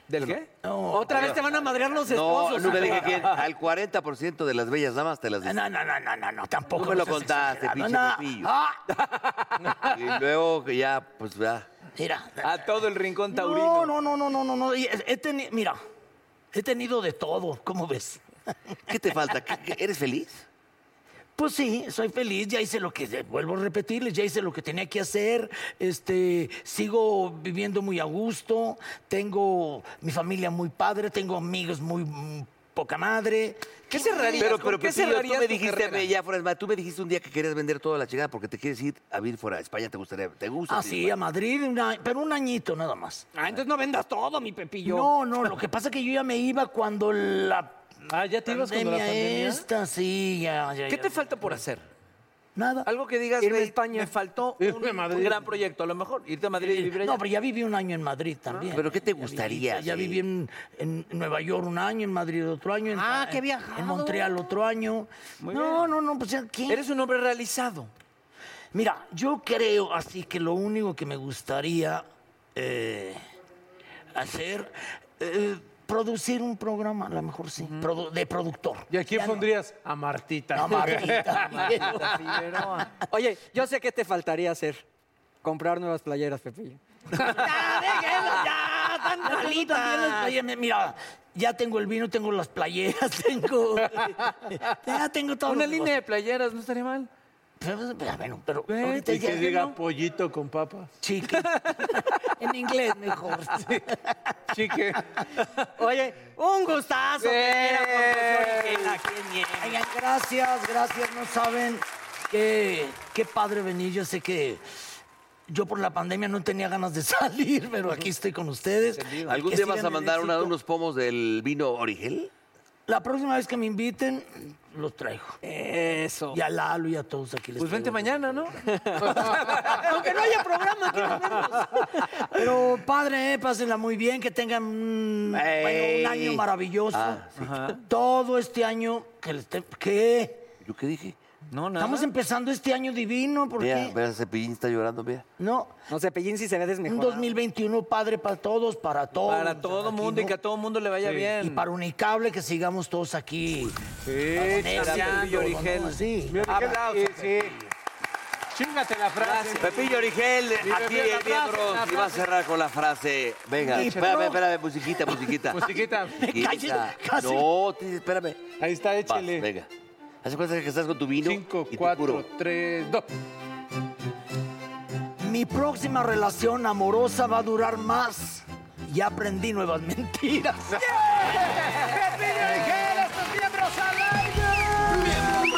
C: ¿Del qué?
E: Otra vez te van a madrear los
D: No,
E: esposos.
D: nunca dije quién. Al 40% de las bellas damas te las
J: No, no,
D: diste.
J: no, no, no, no, tampoco.
D: Tú me lo
J: seas
D: contaste,
J: exagerado,
D: pinche Pepillo.
J: Ah,
D: Y luego que ya, pues ya.
J: mira.
C: A todo el rincón taurino.
J: No, no, no, no, no, no, no. y He, he teni- mira, he tenido de todo, ¿cómo ves?
D: ¿Qué te falta? ¿Qué- qué- ¿Eres feliz?
J: Pues sí, soy feliz, ya hice lo que, vuelvo a repetirles, ya hice lo que tenía que hacer, este, sigo viviendo muy a gusto, tengo mi familia muy padre, tengo amigos muy mm, poca madre.
C: ¿Qué cerrarías?
D: Pero,
C: ¿Con
D: pero,
C: qué
D: Pepillo,
C: cerrarías
D: tú me
C: tu
D: dijiste,
C: carrera?
D: me- ya fuera, de broma, tú me dijiste un día que querías vender toda la chingada porque te quieres ir a vivir fuera de España, te gustaría, te gusta.
J: Ah,
D: sí,
J: sí, a Madrid, una- pero un añito nada más.
E: Ah, entonces no vendas todo, mi Pepillo.
J: No, no, lo que pasa es que yo ya me iba cuando la
B: Ah, ya te ibas cuando la pandemia.
J: esta, sí, ya, ya,
C: ¿Qué
J: ya.
C: te falta por hacer?
J: Nada.
C: Algo que digas,
E: Irme a
C: güey,
E: España.
C: me faltó un,
B: Irme a Madrid.
C: un gran proyecto, a lo mejor. Irte a Madrid y vivir allá.
J: No, pero ya viví un año en Madrid también.
D: ¿Pero qué te
J: Ya viví-
D: gustaría,
J: Ya
D: sí?
J: viví en, en Nueva York un año, en Madrid otro año. en-
E: Ah,
J: en-
E: qué viajado.
J: En Montreal otro año. no, no, no, pues ya, ¿qué?
C: Eres un hombre realizado.
J: Mira, yo creo así que lo único que me gustaría eh, hacer, eh, producir un programa, a lo mejor sí, produ- de productor.
B: ¿Y a quién
J: Ya no.
B: pondrías? A Martita.
J: No, Martita.
C: Ah.
E: Oye, yo sé qué te faltaría hacer. Comprar nuevas playeras, Pepillo.
J: ya, déjenlo ya, tan rolitas. Oye, me- Mira, ya tengo el vino, tengo las playeras, tengo. ya tengo todo. Pues,
C: Una línea de playeras, no estaría mal.
J: Pero, pero, bueno, pero ahorita
B: Y
J: ya.
B: que diga pollito con papas.
J: Chique. En inglés mejor.
B: Chique.
E: Oye, un gustazo. tener a profesor Igela aquí en Miel.
J: Oigan, gracias, gracias. No saben qué, qué padre venir. Yo sé que. Yo por la pandemia no tenía ganas de salir, pero aquí estoy con ustedes.
D: ¿Algún
J: Que
D: día vas
J: sigan
D: a
J: el
D: mandar una-
J: éxito.
D: unos pomos del vino Origel?
J: La próxima vez que me inviten, los traigo.
E: Eso.
J: Y a Lalo y a todos aquí les
C: Pues vente
J: traigo.
C: mañana, ¿no?
E: Aunque no haya programa, aquí nos vemos.
J: Pero padre, eh, pásenla muy bien, que tengan un,
D: Ey.
J: bueno, un año maravilloso.
D: Ah, sí.
J: Todo este año que les te- ¿Qué?
D: ¿Yo qué dije?
C: No, nada.
J: Estamos empezando este año divino, ¿por
D: Vea,
J: qué?
D: vea, Cepillín está llorando, vea.
J: No,
E: No sé, Pellín si se ve
J: un
E: desmejorado.
J: 2021 padre para todos, para todos.
C: Para todo
J: aquí,
C: mundo y
J: ¿no?
C: que a todo mundo le vaya bien.
J: Y para Unicable, que sigamos todos aquí.
B: Sí,
C: chambeando,
J: Pepillo
C: Origel.
J: Sí.
B: Mi Origel, sí, sí. Chíngate la frase.
D: Pepillo Origel, aquí
B: bien,
D: en
B: la frase, la
D: Miembros, y va a
B: frase.
D: cerrar con la frase. Venga,
J: Mi
D: espérame,
J: bro.
D: espérame, musiquita, musiquita.
B: Musiquita.
D: Musiquita.
J: Casi- casi-
D: No, te- espérame.
B: Ahí está,
D: Vas,
B: échale.
D: venga. Hace cuenta que estás con tu vino.
B: Cinco,
D: y te
B: cuatro,
D: juro,
B: tres, dos.
J: Mi próxima relación amorosa va a durar más. Ya aprendí nuevas mentiras.
A: Miembros,